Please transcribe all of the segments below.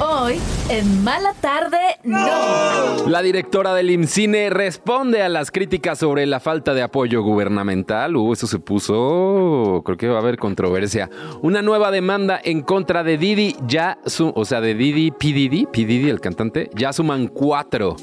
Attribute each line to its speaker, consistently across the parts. Speaker 1: Hoy, en Mala Tarde, no.
Speaker 2: La directora del IMCINE responde a las críticas sobre la falta de apoyo gubernamental. Uh, eso se puso. Creo que va a haber controversia. Una nueva demanda en contra de Didi, ya. Su, o sea, de Didi, P. Didi, P. Didi, el cantante. Ya suman cuatro.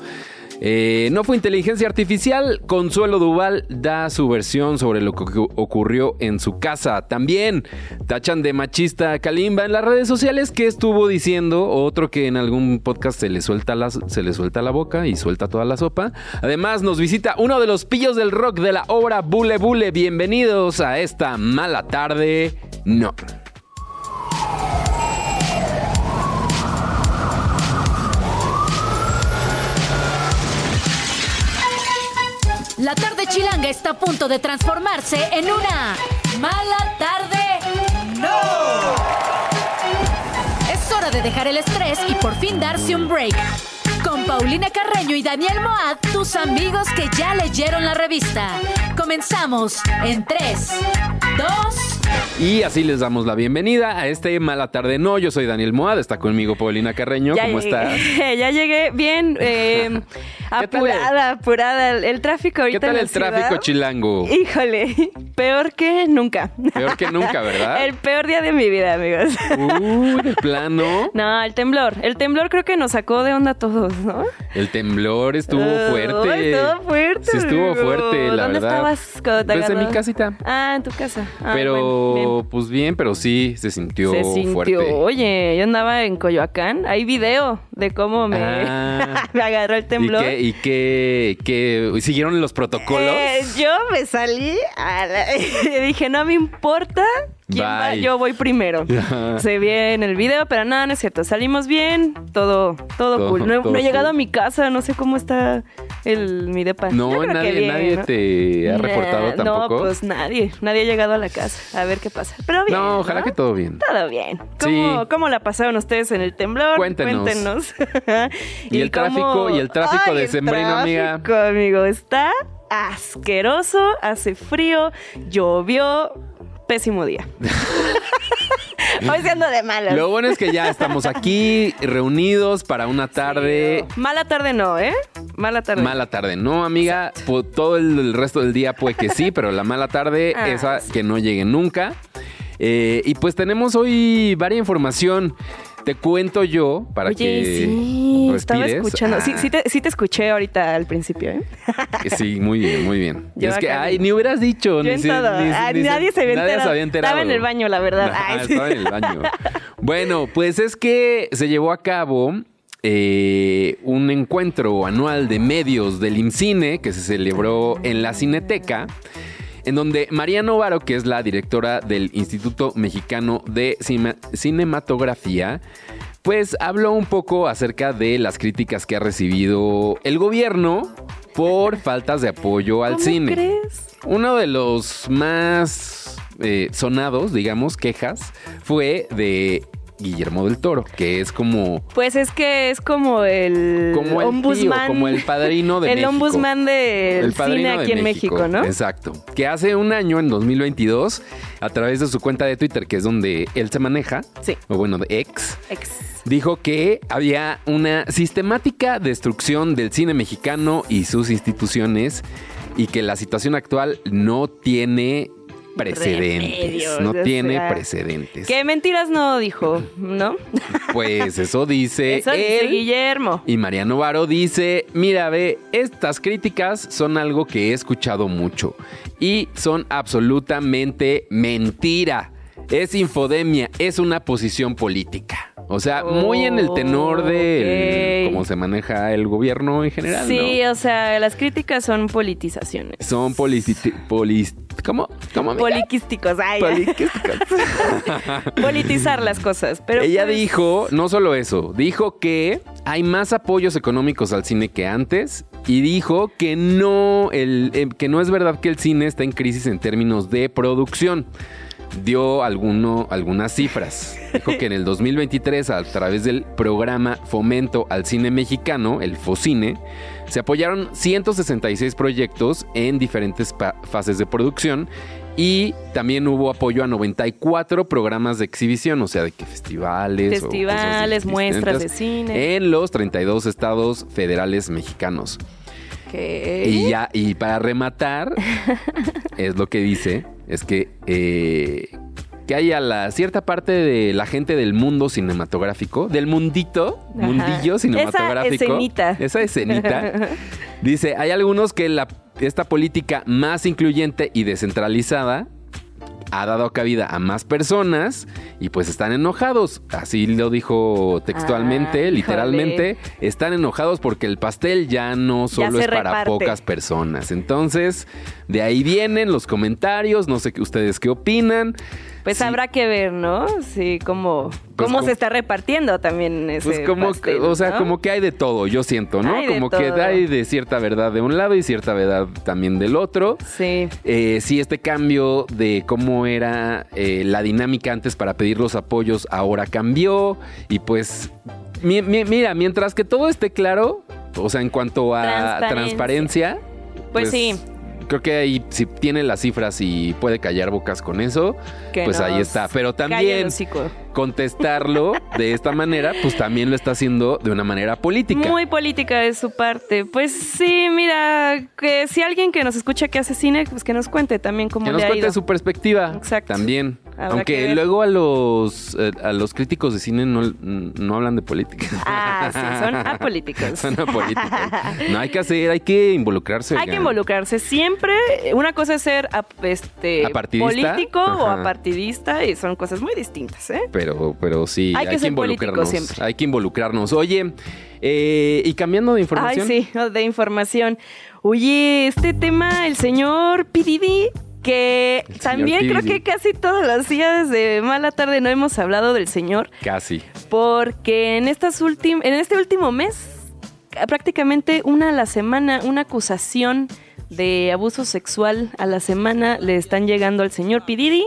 Speaker 2: Eh, no fue inteligencia artificial. Consuelo Duval da su versión sobre lo que ocurrió en su casa. También tachan de machista a Kalimba en las redes sociales que estuvo diciendo otro que en algún podcast se le, suelta la, se le suelta la boca y suelta toda la sopa. Además nos visita uno de los pillos del rock de la obra Bule Bule. Bienvenidos a esta mala tarde. No.
Speaker 1: La tarde chilanga está a punto de transformarse en una mala tarde. ¡No! Es hora de dejar el estrés y por fin darse un break. Con Paulina Carreño y Daniel Moad, tus amigos que ya leyeron la revista. Comenzamos en 3, 2,
Speaker 2: y así les damos la bienvenida a este Mala Tarde No. Yo soy Daniel Moad, está conmigo Paulina Carreño.
Speaker 3: Ya
Speaker 2: ¿Cómo
Speaker 3: llegué.
Speaker 2: estás?
Speaker 3: ya llegué bien eh,
Speaker 2: tal el-
Speaker 3: apurada, apurada. El, el tráfico
Speaker 2: ¿Qué
Speaker 3: ahorita
Speaker 2: tal
Speaker 3: en la
Speaker 2: el tráfico
Speaker 3: ciudad,
Speaker 2: chilango?
Speaker 3: Híjole, peor que nunca.
Speaker 2: Peor que nunca, ¿verdad?
Speaker 3: El peor día de mi vida, amigos.
Speaker 2: Uy, de plano.
Speaker 3: No, el temblor. El temblor creo que nos sacó de onda a todos, ¿no?
Speaker 2: El temblor estuvo
Speaker 3: Ay,
Speaker 2: fuerte.
Speaker 3: estuvo fuerte,
Speaker 2: Sí, estuvo
Speaker 3: amigo.
Speaker 2: fuerte, la
Speaker 3: ¿Dónde
Speaker 2: verdad.
Speaker 3: estabas cuando te
Speaker 2: Pues en
Speaker 3: agarró?
Speaker 2: mi casita.
Speaker 3: Ah, en tu casa. Ah,
Speaker 2: pero,
Speaker 3: bueno, bien.
Speaker 2: pues bien, pero sí, se sintió,
Speaker 3: Se sintió,
Speaker 2: fuerte.
Speaker 3: oye, yo andaba en Coyoacán, hay video de cómo me,
Speaker 2: Ah.
Speaker 3: me agarró el
Speaker 2: ¿Y
Speaker 3: temblor.
Speaker 2: qué, ¿Y qué, qué- ¿Siguieron los protocolos?
Speaker 3: Eh, yo me salí a la- y dije, no me importa quién va,
Speaker 2: Bye.
Speaker 3: yo voy primero.
Speaker 2: Ajá.
Speaker 3: Se ve en el video, pero nada, no es cierto. Salimos bien, todo, todo,
Speaker 2: Todo-
Speaker 3: cool. No, he-
Speaker 2: todo
Speaker 3: no he llegado
Speaker 2: cool.
Speaker 3: a mi casa, no sé cómo está el mi depa. Yo
Speaker 2: no,
Speaker 3: creo que
Speaker 2: nadie,
Speaker 3: bien,
Speaker 2: nadie
Speaker 3: ¿no?
Speaker 2: te ha
Speaker 3: Nah,
Speaker 2: reportado tampoco.
Speaker 3: No, pues nadie, nadie ha llegado a la casa. A ver qué pasa. Pero bien.
Speaker 2: No, ojalá
Speaker 3: ¿no?
Speaker 2: que todo bien.
Speaker 3: Todo bien.
Speaker 2: Sí.
Speaker 3: ¿Cómo, cómo la pasaron ustedes en el temblor?
Speaker 2: Cuéntenos. Y el
Speaker 3: cómo-
Speaker 2: tráfico, y el tráfico
Speaker 3: Ay,
Speaker 2: de
Speaker 3: el
Speaker 2: Sembrino, amiga.
Speaker 3: tráfico, amigo, está asqueroso, hace frío, llovió, pésimo día. Hoy siendo de malas.
Speaker 2: Lo bueno es que ya estamos aquí reunidos para una tarde.
Speaker 3: Mala tarde no, ¿eh? Mala tarde.
Speaker 2: Mala tarde, no amiga, Po- todo el, el resto del día puede que sí, pero la mala tarde,
Speaker 3: Ah,
Speaker 2: esa
Speaker 3: sí.
Speaker 2: que no llegue nunca. Eh, y pues tenemos hoy varia información. Te cuento yo para
Speaker 3: Oye,
Speaker 2: que
Speaker 3: sí, estaba
Speaker 2: respires.
Speaker 3: escuchando. Sí,
Speaker 2: Ah,
Speaker 3: sí te, sí te escuché ahorita al principio, ¿eh?
Speaker 2: sí, muy bien, muy bien.
Speaker 3: Yo
Speaker 2: es que,
Speaker 3: acá
Speaker 2: ay,
Speaker 3: bien.
Speaker 2: ni hubieras dicho.
Speaker 3: Yo
Speaker 2: ni
Speaker 3: en
Speaker 2: se-
Speaker 3: todo.
Speaker 2: ni se-
Speaker 3: Ah,
Speaker 2: ni se-
Speaker 3: nadie se había
Speaker 2: nadie
Speaker 3: enterado.
Speaker 2: había enterado.
Speaker 3: Estaba en el baño, la verdad.
Speaker 2: Ah,
Speaker 3: Ay, sí.
Speaker 2: estaba en el baño. Bueno, pues es que se llevó a cabo eh, un encuentro anual de medios del IMCINE que se celebró en la Cineteca. En donde Mariano Varo, que es la directora del Instituto Mexicano de Cima- Cinematografía, pues habló un poco acerca de las críticas que ha recibido el gobierno por faltas de apoyo al
Speaker 3: ¿Cómo
Speaker 2: cine.
Speaker 3: crees?
Speaker 2: Uno de los más eh, sonados, digamos, quejas, fue de Guillermo del Toro, que es como,
Speaker 3: Pues es que es como el
Speaker 2: como el
Speaker 3: ombudsman.
Speaker 2: tío, como el padrino de
Speaker 3: el
Speaker 2: México.
Speaker 3: ombudsman del
Speaker 2: El padrino
Speaker 3: cine
Speaker 2: de
Speaker 3: aquí en México, ¿no?
Speaker 2: Exacto. Que hace un año, en 2022, a través de su cuenta de Twitter, que es donde él se maneja,
Speaker 3: Sí.
Speaker 2: o bueno, de ex,
Speaker 3: Ex.
Speaker 2: dijo que había una sistemática destrucción del cine mexicano y sus instituciones y que la situación actual no tiene precedentes.
Speaker 3: Remedios,
Speaker 2: no
Speaker 3: o
Speaker 2: tiene
Speaker 3: sea,
Speaker 2: precedentes.
Speaker 3: Que mentiras no dijo, ¿no?
Speaker 2: Pues eso dice
Speaker 3: Eso dice
Speaker 2: él.
Speaker 3: Guillermo.
Speaker 2: y Mariano Varo dice, mira, ve, estas críticas son algo que he escuchado mucho y son absolutamente mentira. Es infodemia, es una posición política. O sea, muy en el tenor de
Speaker 3: Ok.
Speaker 2: cómo se maneja el gobierno en general.
Speaker 3: Sí,
Speaker 2: ¿no?
Speaker 3: o sea, las críticas son politizaciones.
Speaker 2: Son policiti- polis... ¿Cómo? ¿Cómo? amiga?
Speaker 3: Poliquísticos, ay,
Speaker 2: Poliquísticas.
Speaker 3: politizar las cosas. Pero
Speaker 2: Ella
Speaker 3: pues,
Speaker 2: dijo, no solo eso, dijo que hay más apoyos económicos al cine que antes y dijo que no, el, eh, que no es verdad que el cine está en crisis en términos de producción. Dio alguno, algunas cifras. Dijo que en el 2023, a través del programa Fomento al Cine Mexicano, el FOCINE, se apoyaron 166 proyectos en diferentes pa- fases de producción Y también hubo apoyo a 94 programas de exhibición, o sea, de que festivales. o cosas
Speaker 3: Festivales, muestras de
Speaker 2: distintas eh,
Speaker 3: cine.
Speaker 2: En los 32 estados federales mexicanos.
Speaker 3: ¿Qué?
Speaker 2: Y ya, y para rematar, es lo que dice, es que, eh, que haya la cierta parte de la gente del mundo cinematográfico, del mundito,
Speaker 3: Ajá.
Speaker 2: mundillo
Speaker 3: Esa
Speaker 2: cinematográfico.
Speaker 3: escenita.
Speaker 2: Esa escenita. dice, hay algunos que la, esta política más incluyente y descentralizada ha dado cabida a más personas y pues están enojados. Así lo dijo textualmente,
Speaker 3: Ah,
Speaker 2: literalmente. Están enojados porque el pastel ya no solo
Speaker 3: se
Speaker 2: es para
Speaker 3: reparte.
Speaker 2: pocas personas. Entonces, de ahí vienen los comentarios, no sé qué ustedes qué opinan.
Speaker 3: Pues
Speaker 2: Sí,
Speaker 3: habrá que ver, ¿no? Sí, cómo, cómo
Speaker 2: como-
Speaker 3: se está repartiendo también ese
Speaker 2: Pues como,
Speaker 3: pastel,
Speaker 2: o sea,
Speaker 3: ¿no?
Speaker 2: como que hay de todo, yo siento, ¿no?
Speaker 3: Hay de
Speaker 2: como que
Speaker 3: todo.
Speaker 2: hay de cierta verdad de un lado y cierta verdad también del otro.
Speaker 3: Sí.
Speaker 2: eh, sí este cambio de cómo era eh, la dinámica antes para pedir los apoyos ahora cambió y pues mi- mi- mira, mientras que todo esté claro, o sea, en cuanto a transparencia,
Speaker 3: Transparencia. Pues sí.
Speaker 2: Creo que ahí si tiene las cifras y puede callar bocas con eso,
Speaker 3: que
Speaker 2: pues ahí
Speaker 3: nos
Speaker 2: está. Pero
Speaker 3: calle el
Speaker 2: también
Speaker 3: hocico.
Speaker 2: contestarlo de esta manera, pues también lo está haciendo de una manera política.
Speaker 3: Muy política de su parte. Pues sí, mira, que si alguien que nos escucha que hace cine, pues que nos cuente también cómo
Speaker 2: Que
Speaker 3: le
Speaker 2: nos
Speaker 3: ha
Speaker 2: cuente
Speaker 3: ido.
Speaker 2: su perspectiva.
Speaker 3: Exacto.
Speaker 2: También.
Speaker 3: Habrá que
Speaker 2: Aunque
Speaker 3: ver.
Speaker 2: luego a los, eh, a los críticos de cine no, no hablan de política.
Speaker 3: Ah, sí, son apolíticos.
Speaker 2: Son apolíticos. No hay que hacer, hay que involucrarse.
Speaker 3: Hay
Speaker 2: oigan.
Speaker 3: que involucrarse siempre. Una cosa es ser ap- este,
Speaker 2: ¿Apartidista?
Speaker 3: político o
Speaker 2: Ajá.
Speaker 3: apartidista y son cosas muy distintas, ¿eh?
Speaker 2: Pero, pero sí, hay,
Speaker 3: Hay que
Speaker 2: que
Speaker 3: ser políticos
Speaker 2: involucrarnos.
Speaker 3: siempre.
Speaker 2: Hay que involucrarnos. Oye, eh, y cambiando de información.
Speaker 3: Ay, sí, de información. Oye, este tema, el señor Pididi, que
Speaker 2: El señor
Speaker 3: también creo
Speaker 2: Pididi.
Speaker 3: que casi todos los días de mala tarde no hemos hablado del señor,
Speaker 2: Casi.
Speaker 3: porque en, estas últim- en este último mes, prácticamente una a la semana, una acusación de abuso sexual a la semana le están llegando al señor Pididi.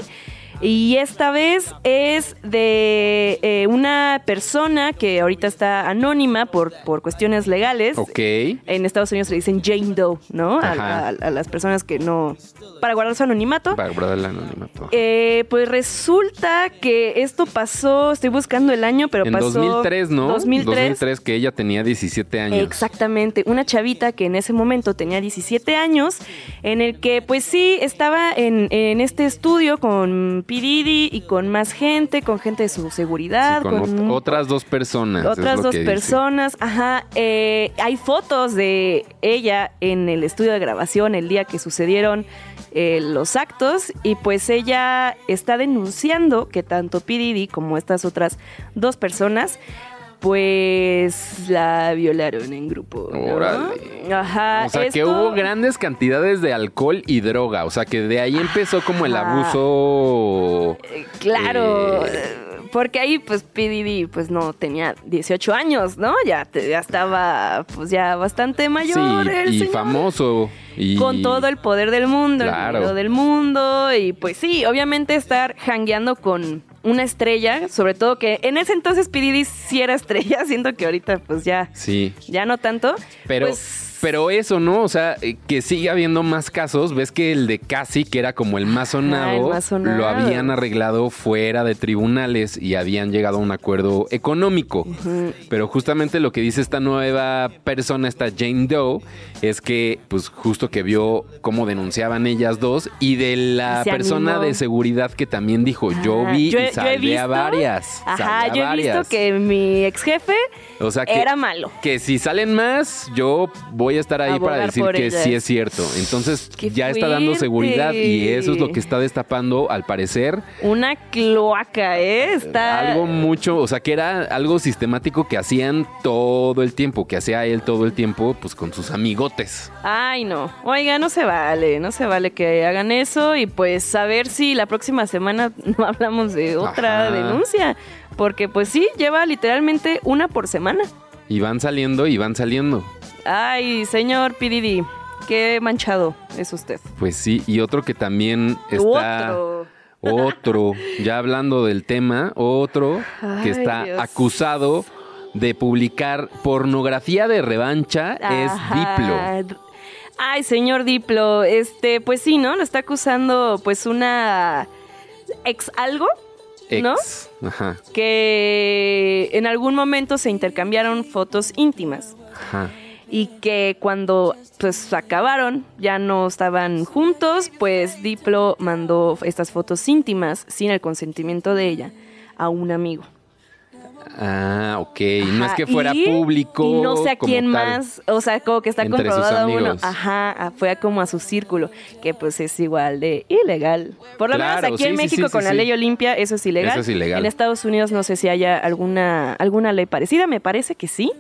Speaker 3: Y esta vez es de eh, una persona que ahorita está anónima por, por cuestiones legales.
Speaker 2: Ok.
Speaker 3: En Estados Unidos le dicen Jane Doe, ¿no? A,
Speaker 2: Ajá.
Speaker 3: a- a las personas que no... para guardar su anonimato.
Speaker 2: Para guardar el anonimato.
Speaker 3: Eh, pues resulta que esto pasó, estoy buscando el año, pero
Speaker 2: en
Speaker 3: pasó...
Speaker 2: 2003, ¿no?
Speaker 3: 2003.
Speaker 2: 2003, que ella tenía 17 años.
Speaker 3: Exactamente, una chavita que en ese momento tenía 17 años, en el que pues sí, estaba en, en este estudio con Pididi y con más gente, con gente de su seguridad,
Speaker 2: Sí, con ot-
Speaker 3: un-
Speaker 2: otras dos personas. es
Speaker 3: otras
Speaker 2: lo
Speaker 3: dos
Speaker 2: que dice.
Speaker 3: personas, ajá, eh, hay fotos de ella en el estudio de grabación el día que sucedieron eh, los actos y pues ella está denunciando que tanto Pididi como estas otras dos personas pues la violaron en grupo. ¿no?
Speaker 2: Órale.
Speaker 3: Ajá.
Speaker 2: O sea, que
Speaker 3: Ah, esto-
Speaker 2: hubo grandes cantidades de alcohol y droga. O sea, que de ahí empezó como el
Speaker 3: Ajá.
Speaker 2: abuso.
Speaker 3: Eh, Claro,
Speaker 2: Eh.
Speaker 3: eh, porque ahí pues Pididi pues no tenía 18 años, ¿no? Ya, te- ya estaba pues ya bastante mayor
Speaker 2: sí,
Speaker 3: el
Speaker 2: y
Speaker 3: señor.
Speaker 2: famoso. Y...
Speaker 3: Con todo el poder del mundo,
Speaker 2: Claro.
Speaker 3: el dinero del mundo y pues sí, obviamente estar jangueando con una estrella, sobre todo que en ese entonces Pididi sí era estrella, siento que ahorita pues ya,
Speaker 2: Sí.
Speaker 3: ya no tanto.
Speaker 2: Pero,
Speaker 3: Pues-
Speaker 2: pero eso, ¿no? O sea, eh, que sigue habiendo más casos. Ves que el de Casi, que era como el más sonado,
Speaker 3: el más sonado.
Speaker 2: lo habían arreglado fuera de tribunales y habían llegado a un acuerdo económico. Pero justamente lo que dice esta nueva persona, esta Jane Doe, es que, pues, justo que vio cómo denunciaban ellas dos y de la
Speaker 3: Y se
Speaker 2: persona
Speaker 3: animó.
Speaker 2: de seguridad que también dijo: Yo
Speaker 3: Ajá,
Speaker 2: vi
Speaker 3: yo
Speaker 2: y
Speaker 3: he- yo he
Speaker 2: salvé a
Speaker 3: visto-
Speaker 2: varias.
Speaker 3: Ajá,
Speaker 2: salvé a
Speaker 3: yo he
Speaker 2: varias".
Speaker 3: visto que mi ex jefe
Speaker 2: O sea que-
Speaker 3: era malo.
Speaker 2: que si salen más, yo voy a estar ahí
Speaker 3: Abogar
Speaker 2: para decir
Speaker 3: por
Speaker 2: que
Speaker 3: ellas.
Speaker 2: sí es cierto. Entonces
Speaker 3: ¡Qué
Speaker 2: ya está dando
Speaker 3: fuerte!
Speaker 2: seguridad y eso es lo que está destapando, al parecer,
Speaker 3: Una cloaca, ¿eh? Está...
Speaker 2: algo mucho, o sea, que era algo sistemático que hacían todo el tiempo, que hacía él todo el tiempo, pues con sus amigotes.
Speaker 3: Ay, no. Oiga, no se vale, no se vale que hagan eso y pues a ver si la próxima semana no hablamos de otra
Speaker 2: Ajá.
Speaker 3: denuncia. Porque pues sí, lleva literalmente una por semana.
Speaker 2: Y van saliendo y van saliendo.
Speaker 3: Ay, señor Pididi, qué manchado es usted.
Speaker 2: Pues sí, y otro que también está...
Speaker 3: Otro.
Speaker 2: Otro, ya hablando del tema, otro que
Speaker 3: Ay,
Speaker 2: está
Speaker 3: Dios.
Speaker 2: acusado de publicar pornografía de revancha es Diplo.
Speaker 3: Ajá. Ay, señor Diplo, este, pues sí, ¿no? Lo está acusando, pues, una ex algo, ¿no?
Speaker 2: Ex. Ajá,
Speaker 3: Que en algún momento se intercambiaron fotos íntimas
Speaker 2: ajá.
Speaker 3: y que cuando pues acabaron, ya no estaban juntos, pues Diplo mandó estas fotos íntimas sin el consentimiento de ella a un amigo.
Speaker 2: Ah, ok. no es
Speaker 3: Ajá,
Speaker 2: que fuera
Speaker 3: y-
Speaker 2: público.
Speaker 3: Y no sé a
Speaker 2: como
Speaker 3: quién
Speaker 2: tal.
Speaker 3: más, o sea, como que está
Speaker 2: Entre sus
Speaker 3: comprobado uno.
Speaker 2: amigos.
Speaker 3: Ajá, a- fue a como a su círculo, que pues es igual de ilegal. Por lo menos
Speaker 2: Claro,
Speaker 3: aquí en
Speaker 2: sí, sí,
Speaker 3: México
Speaker 2: sí,
Speaker 3: con
Speaker 2: sí,
Speaker 3: la
Speaker 2: sí.
Speaker 3: ley Olimpia eso es ilegal.
Speaker 2: Eso es ilegal.
Speaker 3: En Estados Unidos no sé si haya alguna, alguna ley parecida, me parece que sí.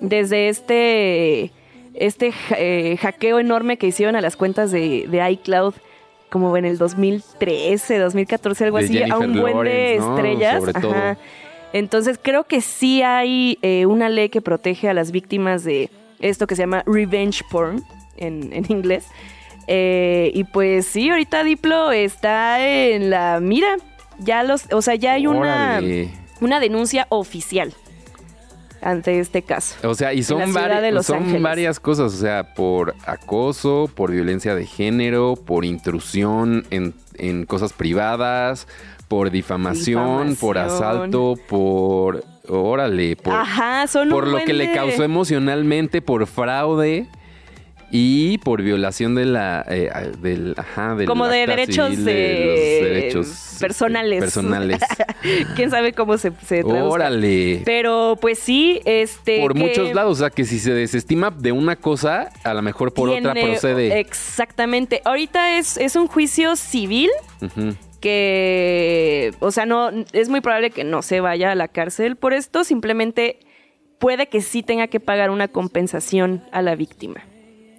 Speaker 3: Desde este, este ja- eh, hackeo enorme que hicieron a las cuentas de, de iCloud como en el 2013, 2014, algo
Speaker 2: De
Speaker 3: así, a un
Speaker 2: Jennifer
Speaker 3: buen de
Speaker 2: Lawrence, ¿no?
Speaker 3: estrellas.
Speaker 2: Sobre todo.
Speaker 3: Ajá. Entonces creo que sí hay eh, una ley que protege a las víctimas de esto que se llama revenge porn en, en inglés. Eh, y pues sí, ahorita Diplo está en la mira. Ya los, o sea, ya hay una,
Speaker 2: Órale.
Speaker 3: una denuncia oficial ante este caso.
Speaker 2: O sea, y
Speaker 3: la
Speaker 2: son,
Speaker 3: ciudad
Speaker 2: vari-
Speaker 3: de Los
Speaker 2: son
Speaker 3: Ángeles.
Speaker 2: varias cosas, o sea, por acoso, por violencia de género, por intrusión en, en cosas privadas, por difamación, por asalto, por... Órale, por,
Speaker 3: Ajá, son
Speaker 2: por
Speaker 3: un
Speaker 2: lo
Speaker 3: buen
Speaker 2: que le
Speaker 3: de-
Speaker 2: causó emocionalmente, por fraude y por violación de la... eh, ah, del, ajá, del
Speaker 3: Como de
Speaker 2: acta
Speaker 3: derechos
Speaker 2: civil,
Speaker 3: de-
Speaker 2: los derechos este,
Speaker 3: personales.
Speaker 2: Personales.
Speaker 3: Quién sabe cómo se, se traduzca.
Speaker 2: Órale.
Speaker 3: Pero pues sí, este.
Speaker 2: por
Speaker 3: que
Speaker 2: muchos lados. O sea, que si se desestima de una cosa, a lo mejor por otra
Speaker 3: tiene- eh,
Speaker 2: procede.
Speaker 3: Exactamente. Ahorita es, es un juicio civil
Speaker 2: Ujú.
Speaker 3: que, o sea, no es muy probable que no se vaya a la cárcel por esto, simplemente puede que sí tenga que pagar una compensación a la víctima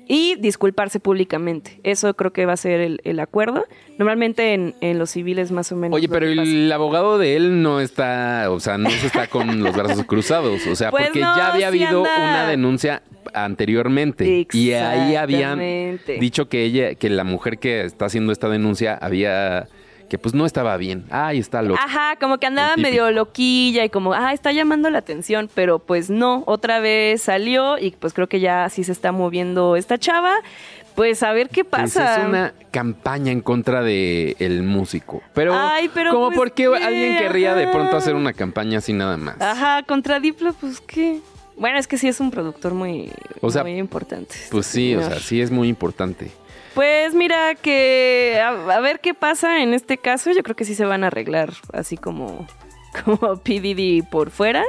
Speaker 3: y disculparse públicamente. Eso creo que va a ser el, el acuerdo. Normalmente en, en los civiles más o menos.
Speaker 2: Oye,
Speaker 3: lo
Speaker 2: pero
Speaker 3: que pasa.
Speaker 2: el abogado de él no está, o sea, no se está con los brazos cruzados. O sea,
Speaker 3: Pues
Speaker 2: porque
Speaker 3: no,
Speaker 2: ya había
Speaker 3: sí
Speaker 2: habido
Speaker 3: anda.
Speaker 2: una denuncia anteriormente. Y ahí habían
Speaker 3: Exactamente.
Speaker 2: dicho que ella, que la mujer que está haciendo esta denuncia había que pues no estaba bien. Ay, está loco.
Speaker 3: Ajá, como que andaba
Speaker 2: El típico.
Speaker 3: medio loquilla y como, ah, está llamando la atención, pero pues no, otra vez salió y pues creo que ya así se está moviendo esta chava. Pues a ver qué
Speaker 2: Pues
Speaker 3: pasa.
Speaker 2: es una campaña en contra de el músico. Pero,
Speaker 3: Ay, pero
Speaker 2: como
Speaker 3: pues
Speaker 2: por qué
Speaker 3: qué,
Speaker 2: alguien querría de pronto
Speaker 3: ajá.
Speaker 2: hacer una campaña así nada más.
Speaker 3: Ajá, contra Diplo, pues qué. Bueno, es que sí es un productor muy,
Speaker 2: O sea,
Speaker 3: muy importante. este
Speaker 2: Pues sí, o
Speaker 3: señor.
Speaker 2: sea, sí es muy importante.
Speaker 3: Pues mira que a, a ver qué pasa en este caso. Yo creo que sí se van a arreglar, así como, como P. Diddy por fuera.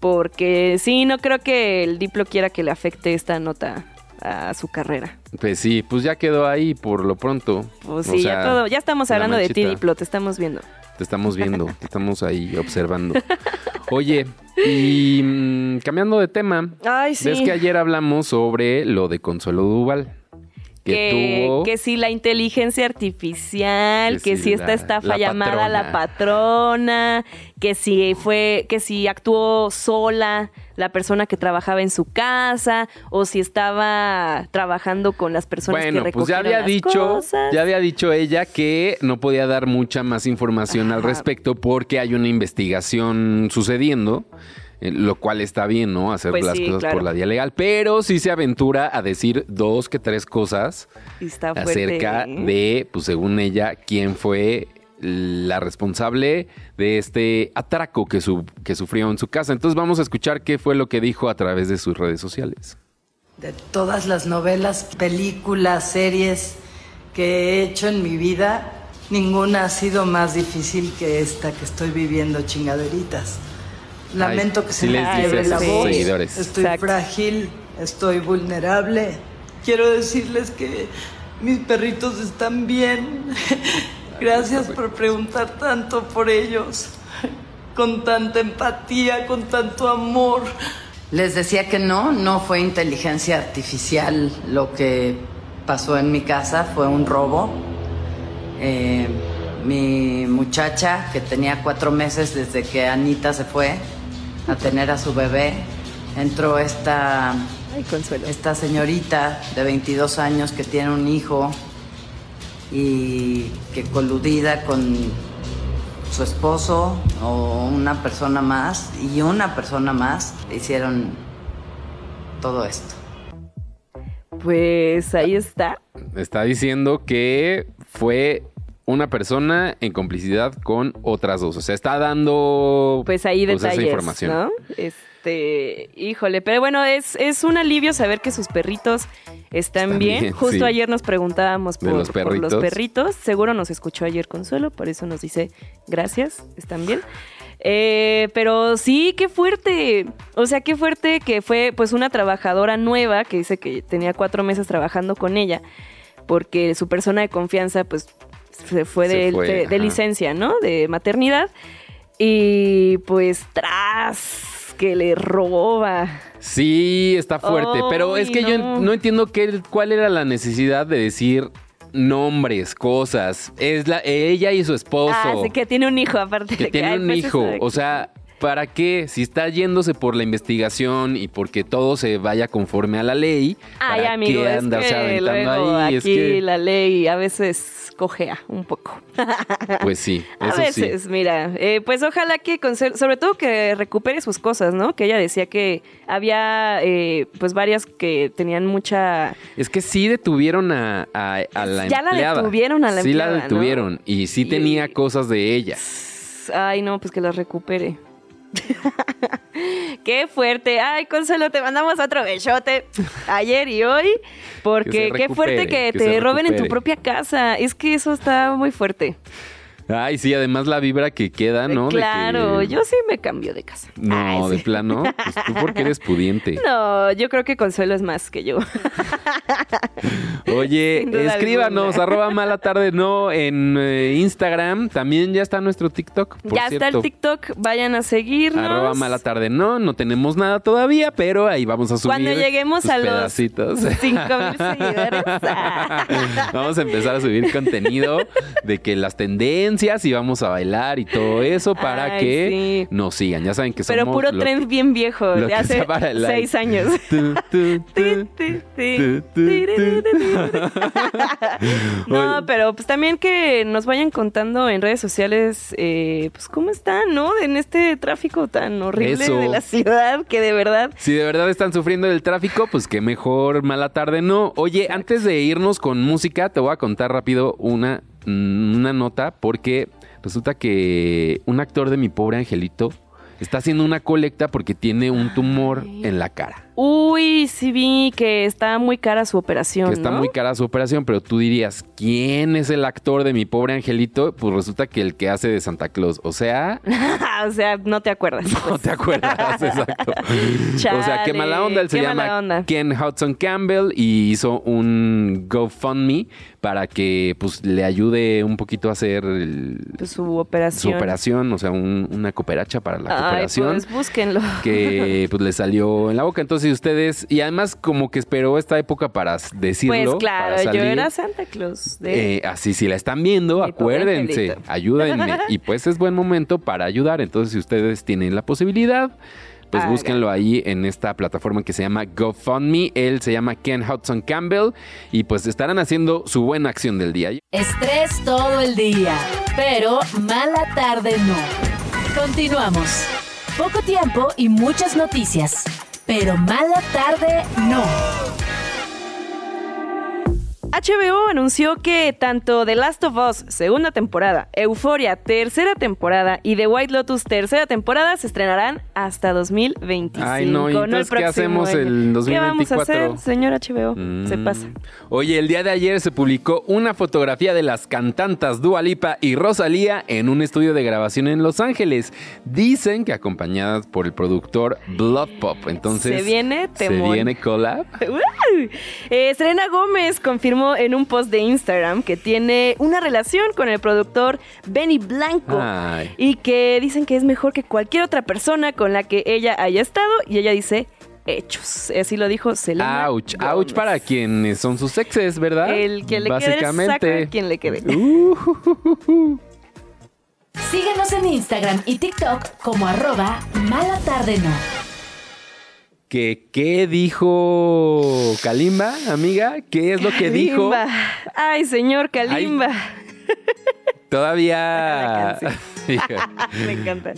Speaker 3: Porque sí, no creo que el Diplo quiera que le afecte esta nota a su carrera.
Speaker 2: Pues sí, pues ya quedó ahí por lo pronto.
Speaker 3: Pues
Speaker 2: O
Speaker 3: sí,
Speaker 2: sea,
Speaker 3: ya todo, ya estamos
Speaker 2: la
Speaker 3: hablando de ti,
Speaker 2: manchita.
Speaker 3: Diplo, te estamos viendo.
Speaker 2: Te estamos viendo, te estamos ahí observando. Oye, y mm, cambiando de tema,
Speaker 3: Ay, sí.
Speaker 2: ves que
Speaker 3: Que,
Speaker 2: ayer hablamos sobre lo de Consuelo Duval. Que, tuvo.
Speaker 3: que sí, la inteligencia artificial,
Speaker 2: Que
Speaker 3: que,
Speaker 2: sí,
Speaker 3: sí esta
Speaker 2: la-
Speaker 3: estafa
Speaker 2: la
Speaker 3: llamada la patrona, que si fue, que si actuó sola la persona que trabajaba en su casa, o si estaba trabajando con las personas
Speaker 2: bueno,
Speaker 3: que
Speaker 2: pues ya
Speaker 3: recogieron
Speaker 2: había
Speaker 3: las
Speaker 2: dicho,
Speaker 3: cosas.
Speaker 2: ya había dicho ella que no podía dar mucha más información al
Speaker 3: Ajá.
Speaker 2: respecto porque hay una investigación sucediendo, eh, lo cual está bien, ¿no? Hacer
Speaker 3: Pues
Speaker 2: las
Speaker 3: sí,
Speaker 2: cosas
Speaker 3: claro.
Speaker 2: por la vía legal, pero sí se aventura a decir dos que tres cosas
Speaker 3: Y está fuerte,
Speaker 2: acerca
Speaker 3: ¿eh?
Speaker 2: de, pues según ella, quién fue la responsable de este atraco que, su- que sufrió en su casa. Entonces vamos a escuchar qué fue lo que dijo a través de sus redes sociales.
Speaker 4: de todas las novelas, películas, series que he hecho en mi vida, ninguna ha sido más difícil que esta que estoy viviendo chingaderitas. Lamento
Speaker 2: Ay,
Speaker 4: que
Speaker 2: sí
Speaker 4: se me
Speaker 2: les
Speaker 3: dice
Speaker 4: quiebre
Speaker 3: a
Speaker 4: la
Speaker 3: sus
Speaker 4: voz.
Speaker 2: seguidores.
Speaker 4: Estoy
Speaker 3: Exacto.
Speaker 4: frágil, estoy vulnerable. Quiero decirles que mis perritos están bien. Gracias por preguntar tanto por ellos. Con tanta empatía, con tanto amor. Les decía que no, no fue inteligencia artificial lo que pasó en mi casa, fue un robo. Eh, mi muchacha, que tenía cuatro meses desde que Anita se fue a tener a su bebé, entró esta,
Speaker 3: Ay, Consuelo.
Speaker 4: esta señorita de 22 años que tiene un hijo y que coludida con su esposo o una persona más y una persona más hicieron todo esto.
Speaker 3: Pues ahí está.
Speaker 2: Está diciendo que fue una persona en complicidad con otras dos. O sea, está dando
Speaker 3: Pues ahí
Speaker 2: pues,
Speaker 3: detalles,
Speaker 2: esa información.
Speaker 3: ¿no? Este, híjole, pero bueno, es, es un alivio saber que sus perritos están,
Speaker 2: Están
Speaker 3: bien.
Speaker 2: bien,
Speaker 3: Justo
Speaker 2: sí.
Speaker 3: ayer nos preguntábamos
Speaker 2: De
Speaker 3: por
Speaker 2: los
Speaker 3: por los
Speaker 2: perritos.
Speaker 3: perritos. Seguro nos escuchó ayer Consuelo, por eso nos dice gracias, están bien. Eh, pero sí, qué fuerte. O sea, qué fuerte que fue pues una trabajadora nueva que dice que tenía cuatro meses trabajando con ella, porque su persona de confianza pues se fue,
Speaker 2: Se
Speaker 3: de,
Speaker 2: fue,
Speaker 3: de- de
Speaker 2: ajá.
Speaker 3: licencia, ¿no? De maternidad. Y pues tras que le roba.
Speaker 2: Sí, está fuerte. pero es
Speaker 3: ah. Ay,
Speaker 2: que yo
Speaker 3: no.
Speaker 2: en- no entiendo qué, cuál era la necesidad de decir nombres, cosas. Es la, ella y su esposo.
Speaker 3: Ah, sí, que tiene un hijo aparte.
Speaker 2: que
Speaker 3: de
Speaker 2: tiene
Speaker 3: ay,
Speaker 2: un
Speaker 3: pues,
Speaker 2: hijo.
Speaker 3: eso de-
Speaker 2: O sea, ¿para qué? Si está yéndose por la investigación y porque todo se vaya conforme a la ley,
Speaker 3: Ay,
Speaker 2: ¿para
Speaker 3: amigo,
Speaker 2: qué
Speaker 3: es
Speaker 2: andarse
Speaker 3: que
Speaker 2: aventando
Speaker 3: luego
Speaker 2: ahí?
Speaker 3: aquí
Speaker 2: Es que-
Speaker 3: la ley a veces cojea un poco.
Speaker 2: pues sí,
Speaker 3: A
Speaker 2: eso sí.
Speaker 3: veces, mira, eh, pues ojalá que, conser- sobre todo que recupere sus cosas, ¿no? Que ella decía que había, eh, pues varias que tenían mucha...
Speaker 2: Es que sí detuvieron a, a- a la
Speaker 3: Ya la
Speaker 2: empleada.
Speaker 3: detuvieron a la
Speaker 2: Sí la
Speaker 3: empleada, ¿no?
Speaker 2: detuvieron y sí
Speaker 3: Y-
Speaker 2: tenía cosas de ella.
Speaker 3: Ay, no, pues que las recupere. Qué fuerte. Ay, Consuelo, te mandamos otro besote ayer y hoy,
Speaker 2: Que
Speaker 3: porque
Speaker 2: se
Speaker 3: qué fuerte
Speaker 2: recupere,
Speaker 3: que,
Speaker 2: que
Speaker 3: te
Speaker 2: se
Speaker 3: roben en tu
Speaker 2: recupere.
Speaker 3: propia casa. Es que eso está muy fuerte.
Speaker 2: Ay, sí, además la vibra que queda, Ah, ¿no? De que-
Speaker 3: claro, yo sí me cambio de casa.
Speaker 2: No,
Speaker 3: Ay, sí.
Speaker 2: de plano. Pues tú porque eres pudiente.
Speaker 3: No, yo creo que Consuelo es más que yo.
Speaker 2: Oye,
Speaker 3: Sin duda
Speaker 2: escríbanos,
Speaker 3: alguna.
Speaker 2: arroba mala tarde no en eh, Instagram. También ya está nuestro TikTok. Por
Speaker 3: ya está
Speaker 2: cierto.
Speaker 3: el TikTok, vayan a seguirnos.
Speaker 2: Arroba mala tarde no, no tenemos nada todavía, pero ahí vamos a subir.
Speaker 3: Cuando lleguemos
Speaker 2: tus
Speaker 3: a los
Speaker 2: pedacitos.
Speaker 3: 5000 seguidores.
Speaker 2: Vamos a empezar a subir contenido de que las tendencias y vamos a bailar y todo eso para
Speaker 3: Ay,
Speaker 2: que
Speaker 3: sí.
Speaker 2: nos sigan. Ya saben que somos
Speaker 3: Pero puro
Speaker 2: lo-
Speaker 3: trend bien viejo,
Speaker 2: lo
Speaker 3: de
Speaker 2: que
Speaker 3: hace
Speaker 2: está para el like.
Speaker 3: seis años.
Speaker 2: Tu, tu, tu. tu, tu,
Speaker 3: No, pero pues también que nos vayan contando en redes sociales, eh, pues cómo están, ¿no? En este tráfico tan horrible
Speaker 2: Eso.
Speaker 3: de la ciudad, que de verdad
Speaker 2: Si de verdad están sufriendo del tráfico, pues qué mejor mala tarde no. Oye, antes de irnos con música, te voy a contar rápido una, mm, una nota porque resulta que un actor de mi pobre angelito está haciendo una colecta porque tiene un tumor en la cara.
Speaker 3: Uy, sí vi que está muy cara su operación.
Speaker 2: Que está
Speaker 3: ¿no?
Speaker 2: muy cara su operación, pero tú dirías, ¿quién es el actor de mi pobre angelito? Pues resulta que el que hace de Santa Claus. O sea,
Speaker 3: o sea, no te acuerdas.
Speaker 2: No
Speaker 3: pues.
Speaker 2: te acuerdas, exacto. o sea, qué
Speaker 3: Chale,
Speaker 2: mala onda. Él se
Speaker 3: qué
Speaker 2: llama
Speaker 3: mala onda.
Speaker 2: Ken Hudson Campbell y hizo un GoFundMe para que pues le ayude un poquito a hacer el-
Speaker 3: Pues su
Speaker 2: su
Speaker 3: operación.
Speaker 2: operación, o sea, un- una cooperacha para la
Speaker 3: Ay,
Speaker 2: cooperación.
Speaker 3: pues búsquenlo.
Speaker 2: Que pues le salió en la boca. Entonces ustedes, y además como que esperó esta época para s- decirlo.
Speaker 3: Pues
Speaker 2: para
Speaker 3: claro, yo
Speaker 2: salir.
Speaker 3: era Santa Claus. De...
Speaker 2: Eh, así, si la están viendo,
Speaker 3: Mi pobre
Speaker 2: acuérdense,
Speaker 3: angelito.
Speaker 2: ayúdenme. Y pues es buen momento para ayudar. Entonces, si ustedes tienen la posibilidad, pues
Speaker 3: Hagan.
Speaker 2: búsquenlo ahí en esta plataforma que se llama GoFundMe. Él se llama Ken Hudson Campbell y pues estarán haciendo su buena acción del día.
Speaker 1: Estrés todo el día, pero mala tarde no. Continuamos. Poco tiempo y muchas noticias, pero mala tarde no.
Speaker 3: HBO anunció que tanto The Last of Us, segunda temporada, Euphoria, tercera temporada y The White Lotus, tercera temporada, se estrenarán hasta 2025.
Speaker 2: Ay, no, ¿y entonces qué
Speaker 3: próximo
Speaker 2: hacemos
Speaker 3: año.
Speaker 2: el
Speaker 3: ¿Qué vamos a hacer,
Speaker 2: 2024?
Speaker 3: señor HBO? Se
Speaker 2: Mm.
Speaker 3: pasa.
Speaker 2: Oye, el día de ayer se publicó una fotografía de las cantantas Dua Lipa y Rosalía en un estudio de grabación en Los Ángeles. Dicen que acompañadas por el productor Blood Pop. Entonces,
Speaker 3: Se viene temón.
Speaker 2: Se viene collab.
Speaker 3: ¡Wow! Eh, Selena Gómez confirmó en un post de Instagram que tiene una relación con el productor Benny Blanco.
Speaker 2: Ay.
Speaker 3: Y que dicen que es mejor que cualquier otra persona con la que ella haya estado. Y ella dice hechos. Así lo dijo Selena.
Speaker 2: Ouch,
Speaker 3: Gómez.
Speaker 2: ouch para quienes son sus exes, ¿verdad?
Speaker 3: El que le quede, saca quien le quede.
Speaker 2: Uh,
Speaker 1: Síguenos en Instagram y TikTok como arroba mala tarde no.
Speaker 2: ¿Que qué dijo Kalimba, amiga? ¿Qué es lo que dijo?
Speaker 3: Kalimba. Ay, señor Kalimba.
Speaker 2: Todavía
Speaker 3: La canción. Me encanta.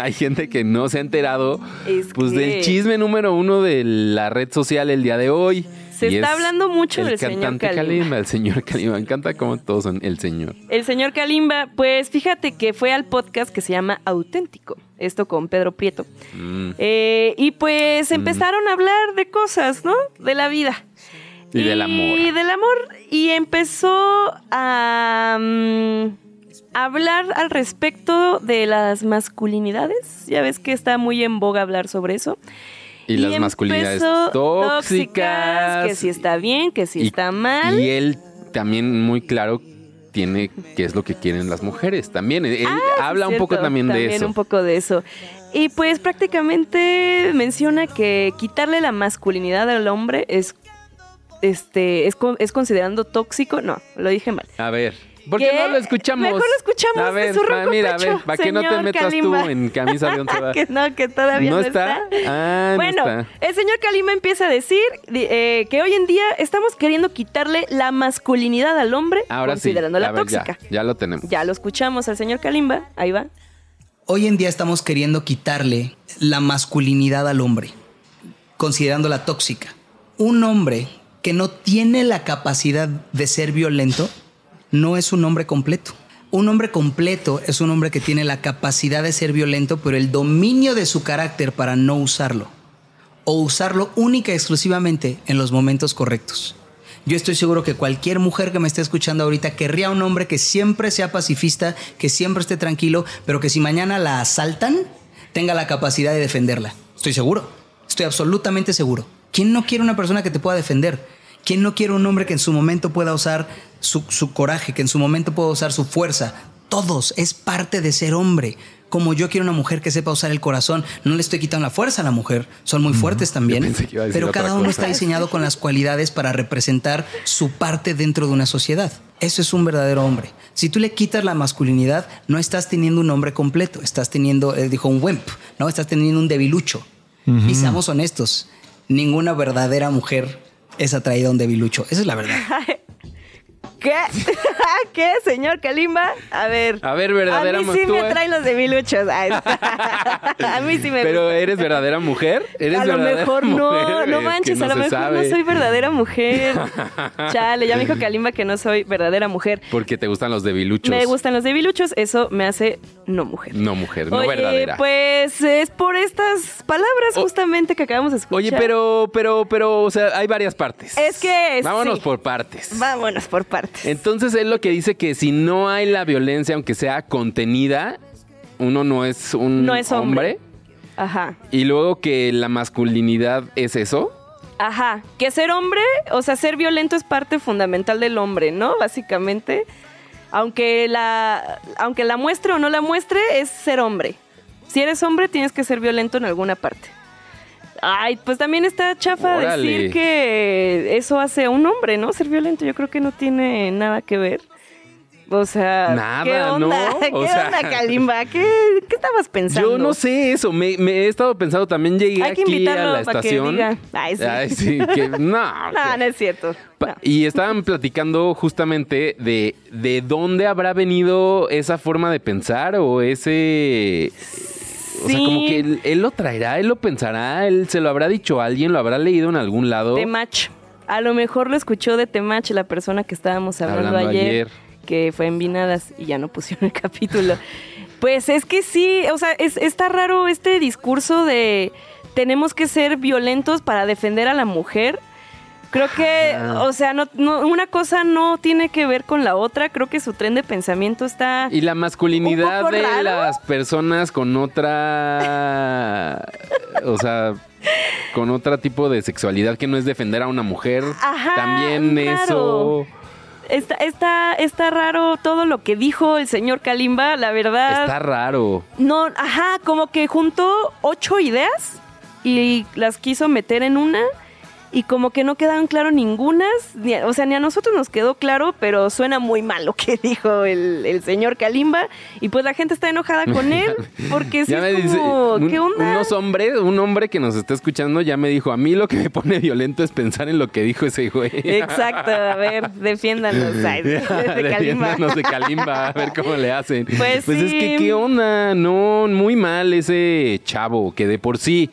Speaker 2: hay gente que no se ha enterado
Speaker 3: Es
Speaker 2: pues
Speaker 3: que-
Speaker 2: del chisme número uno de la red social el día de hoy.
Speaker 3: Se
Speaker 2: Y
Speaker 3: está
Speaker 2: es
Speaker 3: hablando mucho
Speaker 2: el
Speaker 3: del señor
Speaker 2: cantante
Speaker 3: Kalimba.
Speaker 2: el señor Kalimba. Me encanta cómo todos son el señor.
Speaker 3: El señor Kalimba, pues fíjate que fue al podcast que se llama Auténtico, esto con Pedro Prieto.
Speaker 2: Mm.
Speaker 3: Eh, y pues empezaron a hablar de cosas, ¿no? De la vida.
Speaker 2: Y del amor.
Speaker 3: Y del amor. Y empezó a mm, hablar al respecto de las masculinidades. Ya ves que está muy en boga hablar sobre eso.
Speaker 2: Y, las masculinidades
Speaker 3: empezó
Speaker 2: tóxicas.
Speaker 3: Que si está bien, que si
Speaker 2: Y-
Speaker 3: está mal.
Speaker 2: Y él también muy claro tiene qué es lo que quieren las mujeres también. Él habla un poco
Speaker 3: Ah, Cierto,
Speaker 2: también, de eso.
Speaker 3: un poco de eso. Y pues prácticamente menciona que quitarle la masculinidad al hombre es este es, con- es considerando tóxico. No, lo dije mal.
Speaker 2: A ver. ¿Por qué no lo escuchamos?
Speaker 3: Mejor lo escuchamos.
Speaker 2: A
Speaker 3: de
Speaker 2: ver,
Speaker 3: su
Speaker 2: pa-
Speaker 3: ronco
Speaker 2: mira, a
Speaker 3: pecho,
Speaker 2: ver, para que no te
Speaker 3: señor
Speaker 2: metas tú
Speaker 3: Kalimba.
Speaker 2: en camisa de once varas.
Speaker 3: que no, que todavía no,
Speaker 2: ¿No está? Ah, no
Speaker 3: bueno,
Speaker 2: está.
Speaker 3: el señor Kalima empieza a decir di- eh, que hoy en día estamos queriendo quitarle la masculinidad al hombre
Speaker 2: Ahora sí.
Speaker 3: considerando la
Speaker 2: a ver, ya,
Speaker 3: tóxica.
Speaker 2: Ya, lo tenemos.
Speaker 3: Ya lo escuchamos al señor Kalimba, ahí va.
Speaker 5: Hoy en día estamos queriendo quitarle la masculinidad al hombre, considerándola tóxica. Un hombre que no tiene la capacidad de ser violento no es un hombre completo. Un hombre completo es un hombre que tiene la capacidad de ser violento, pero el dominio de su carácter para no usarlo o usarlo única y exclusivamente en los momentos correctos. Yo estoy seguro que cualquier mujer que me esté escuchando ahorita querría un hombre que siempre sea pacifista, que siempre esté tranquilo, pero que si mañana la asaltan, tenga la capacidad de defenderla. Estoy seguro, estoy absolutamente seguro. ¿Quién no quiere una persona que te pueda defender? ¿Quién no quiere un hombre que en su momento pueda usar su, su coraje, que en su momento pueda usar su fuerza? Todos, es parte de ser hombre. Como yo quiero una mujer que sepa usar el corazón, no le estoy quitando la fuerza a la mujer, son muy fuertes
Speaker 2: Yo
Speaker 5: también,
Speaker 2: pensé que iba a decir
Speaker 5: pero
Speaker 2: otra
Speaker 5: cada uno
Speaker 2: cosa.
Speaker 5: está diseñado con las cualidades para representar su parte dentro de una sociedad. Eso es un verdadero hombre. Si tú le quitas la masculinidad, no estás teniendo un hombre completo, estás teniendo, eh, dijo un wimp, no estás teniendo un debilucho. Y seamos honestos, ninguna verdadera mujer es atraída a un debilucho. Esa es la verdad.
Speaker 3: ¿Qué? ¿Qué, señor Kalimba? A ver.
Speaker 2: A ver, verdadera
Speaker 3: A mí sí
Speaker 2: mo- tú,
Speaker 3: me
Speaker 2: eh.
Speaker 3: traen los de miluchos. Ay, a mí sí me
Speaker 2: Pero
Speaker 3: gusta.
Speaker 2: ¿eres verdadera mujer? ¿Eres
Speaker 3: a lo
Speaker 2: verdadera
Speaker 3: mejor no,
Speaker 2: mujer? Es
Speaker 3: no
Speaker 2: que
Speaker 3: manches,
Speaker 2: no
Speaker 3: a lo
Speaker 2: se
Speaker 3: mejor
Speaker 2: sabe.
Speaker 3: no soy verdadera mujer. Chale, ya me dijo Kalimba que no soy verdadera mujer.
Speaker 2: Porque te gustan los debiluchos.
Speaker 3: Me gustan los debiluchos, eso me hace no mujer.
Speaker 2: No mujer, no
Speaker 3: Oye,
Speaker 2: verdadera.
Speaker 3: pues es por estas palabras
Speaker 2: O-
Speaker 3: justamente que acabamos de escuchar.
Speaker 2: Oye, pero, pero, pero, o sea, hay varias partes.
Speaker 3: Es que es-
Speaker 2: Vámonos
Speaker 3: sí.
Speaker 2: por partes.
Speaker 3: Vámonos por partes.
Speaker 2: Entonces él lo que dice que si no hay la violencia, aunque sea contenida, uno no es un
Speaker 3: No es hombre. Ajá.
Speaker 2: Y luego que la masculinidad es eso.
Speaker 3: Ajá, que ser hombre, o sea, ser violento es parte fundamental del hombre, ¿no? Básicamente, aunque la, aunque la muestre o no la muestre, es ser hombre. Si eres hombre, tienes que ser violento en alguna parte. Ay, pues también está chafa
Speaker 2: Órale.
Speaker 3: decir que eso hace a un hombre, ¿no? Ser violento, yo creo que no tiene nada que ver. O sea,
Speaker 2: Nada,
Speaker 3: ¿qué onda?
Speaker 2: ¿no?
Speaker 3: ¿Qué
Speaker 2: O sea-
Speaker 3: onda, Kalimba? ¿Qué, qué estabas pensando?
Speaker 2: Yo no sé eso, me, me he estado pensando también, llegué
Speaker 3: Hay que
Speaker 2: aquí a
Speaker 3: invitarlo
Speaker 2: la
Speaker 3: para que
Speaker 2: estación.
Speaker 3: diga. Ay, sí.
Speaker 2: que, no,
Speaker 3: No,
Speaker 2: que-
Speaker 3: Ah, no es cierto.
Speaker 2: Pa-
Speaker 3: No.
Speaker 2: Y estaban platicando justamente de, de dónde habrá venido esa forma de pensar o ese... O sea, como
Speaker 3: Sí.
Speaker 2: que él, él lo traerá, él lo pensará, él se lo habrá dicho a alguien, lo habrá leído en algún lado.
Speaker 3: Temach. A lo mejor lo escuchó de Temach la persona que estábamos hablando,
Speaker 2: Hablando ayer.
Speaker 3: ayer, que fue en Vinadas y ya no pusieron el capítulo. Pues es que sí, o sea, es- está raro este discurso de tenemos que ser violentos para defender a la mujer. Creo que, o sea, no, no- una cosa no tiene que ver con la otra. Creo que su tren de pensamiento está...
Speaker 2: Y la masculinidad
Speaker 3: ¿Un poco
Speaker 2: de
Speaker 3: raro?
Speaker 2: las personas con otra... o sea, con otro tipo de sexualidad que no es defender a una mujer.
Speaker 3: Ajá,
Speaker 2: También
Speaker 3: raro.
Speaker 2: eso...
Speaker 3: Está, está, está raro todo lo que dijo el señor Kalimba, la verdad.
Speaker 2: Está raro.
Speaker 3: No, ajá, como que juntó ocho ideas y las quiso meter en una y como que no quedaron claro ningunas, ni a- o sea, ni a nosotros nos quedó claro, pero suena muy mal lo que dijo el, el señor Kalimba y pues la gente está enojada con él porque sí
Speaker 2: Ya me
Speaker 3: es
Speaker 2: dice,
Speaker 3: como,
Speaker 2: un-
Speaker 3: ¿qué onda?
Speaker 2: Unos hombres, un hombre que nos está escuchando ya me dijo, a mí lo que me pone violento es pensar en lo que dijo ese güey.
Speaker 3: Exacto, a ver, defiéndanos ay, de, de Kalimba.
Speaker 2: Defiéndanos de Kalimba, a ver cómo le hacen.
Speaker 3: Pues
Speaker 2: es
Speaker 3: sí.
Speaker 2: que qué onda, no, muy mal ese chavo que de por sí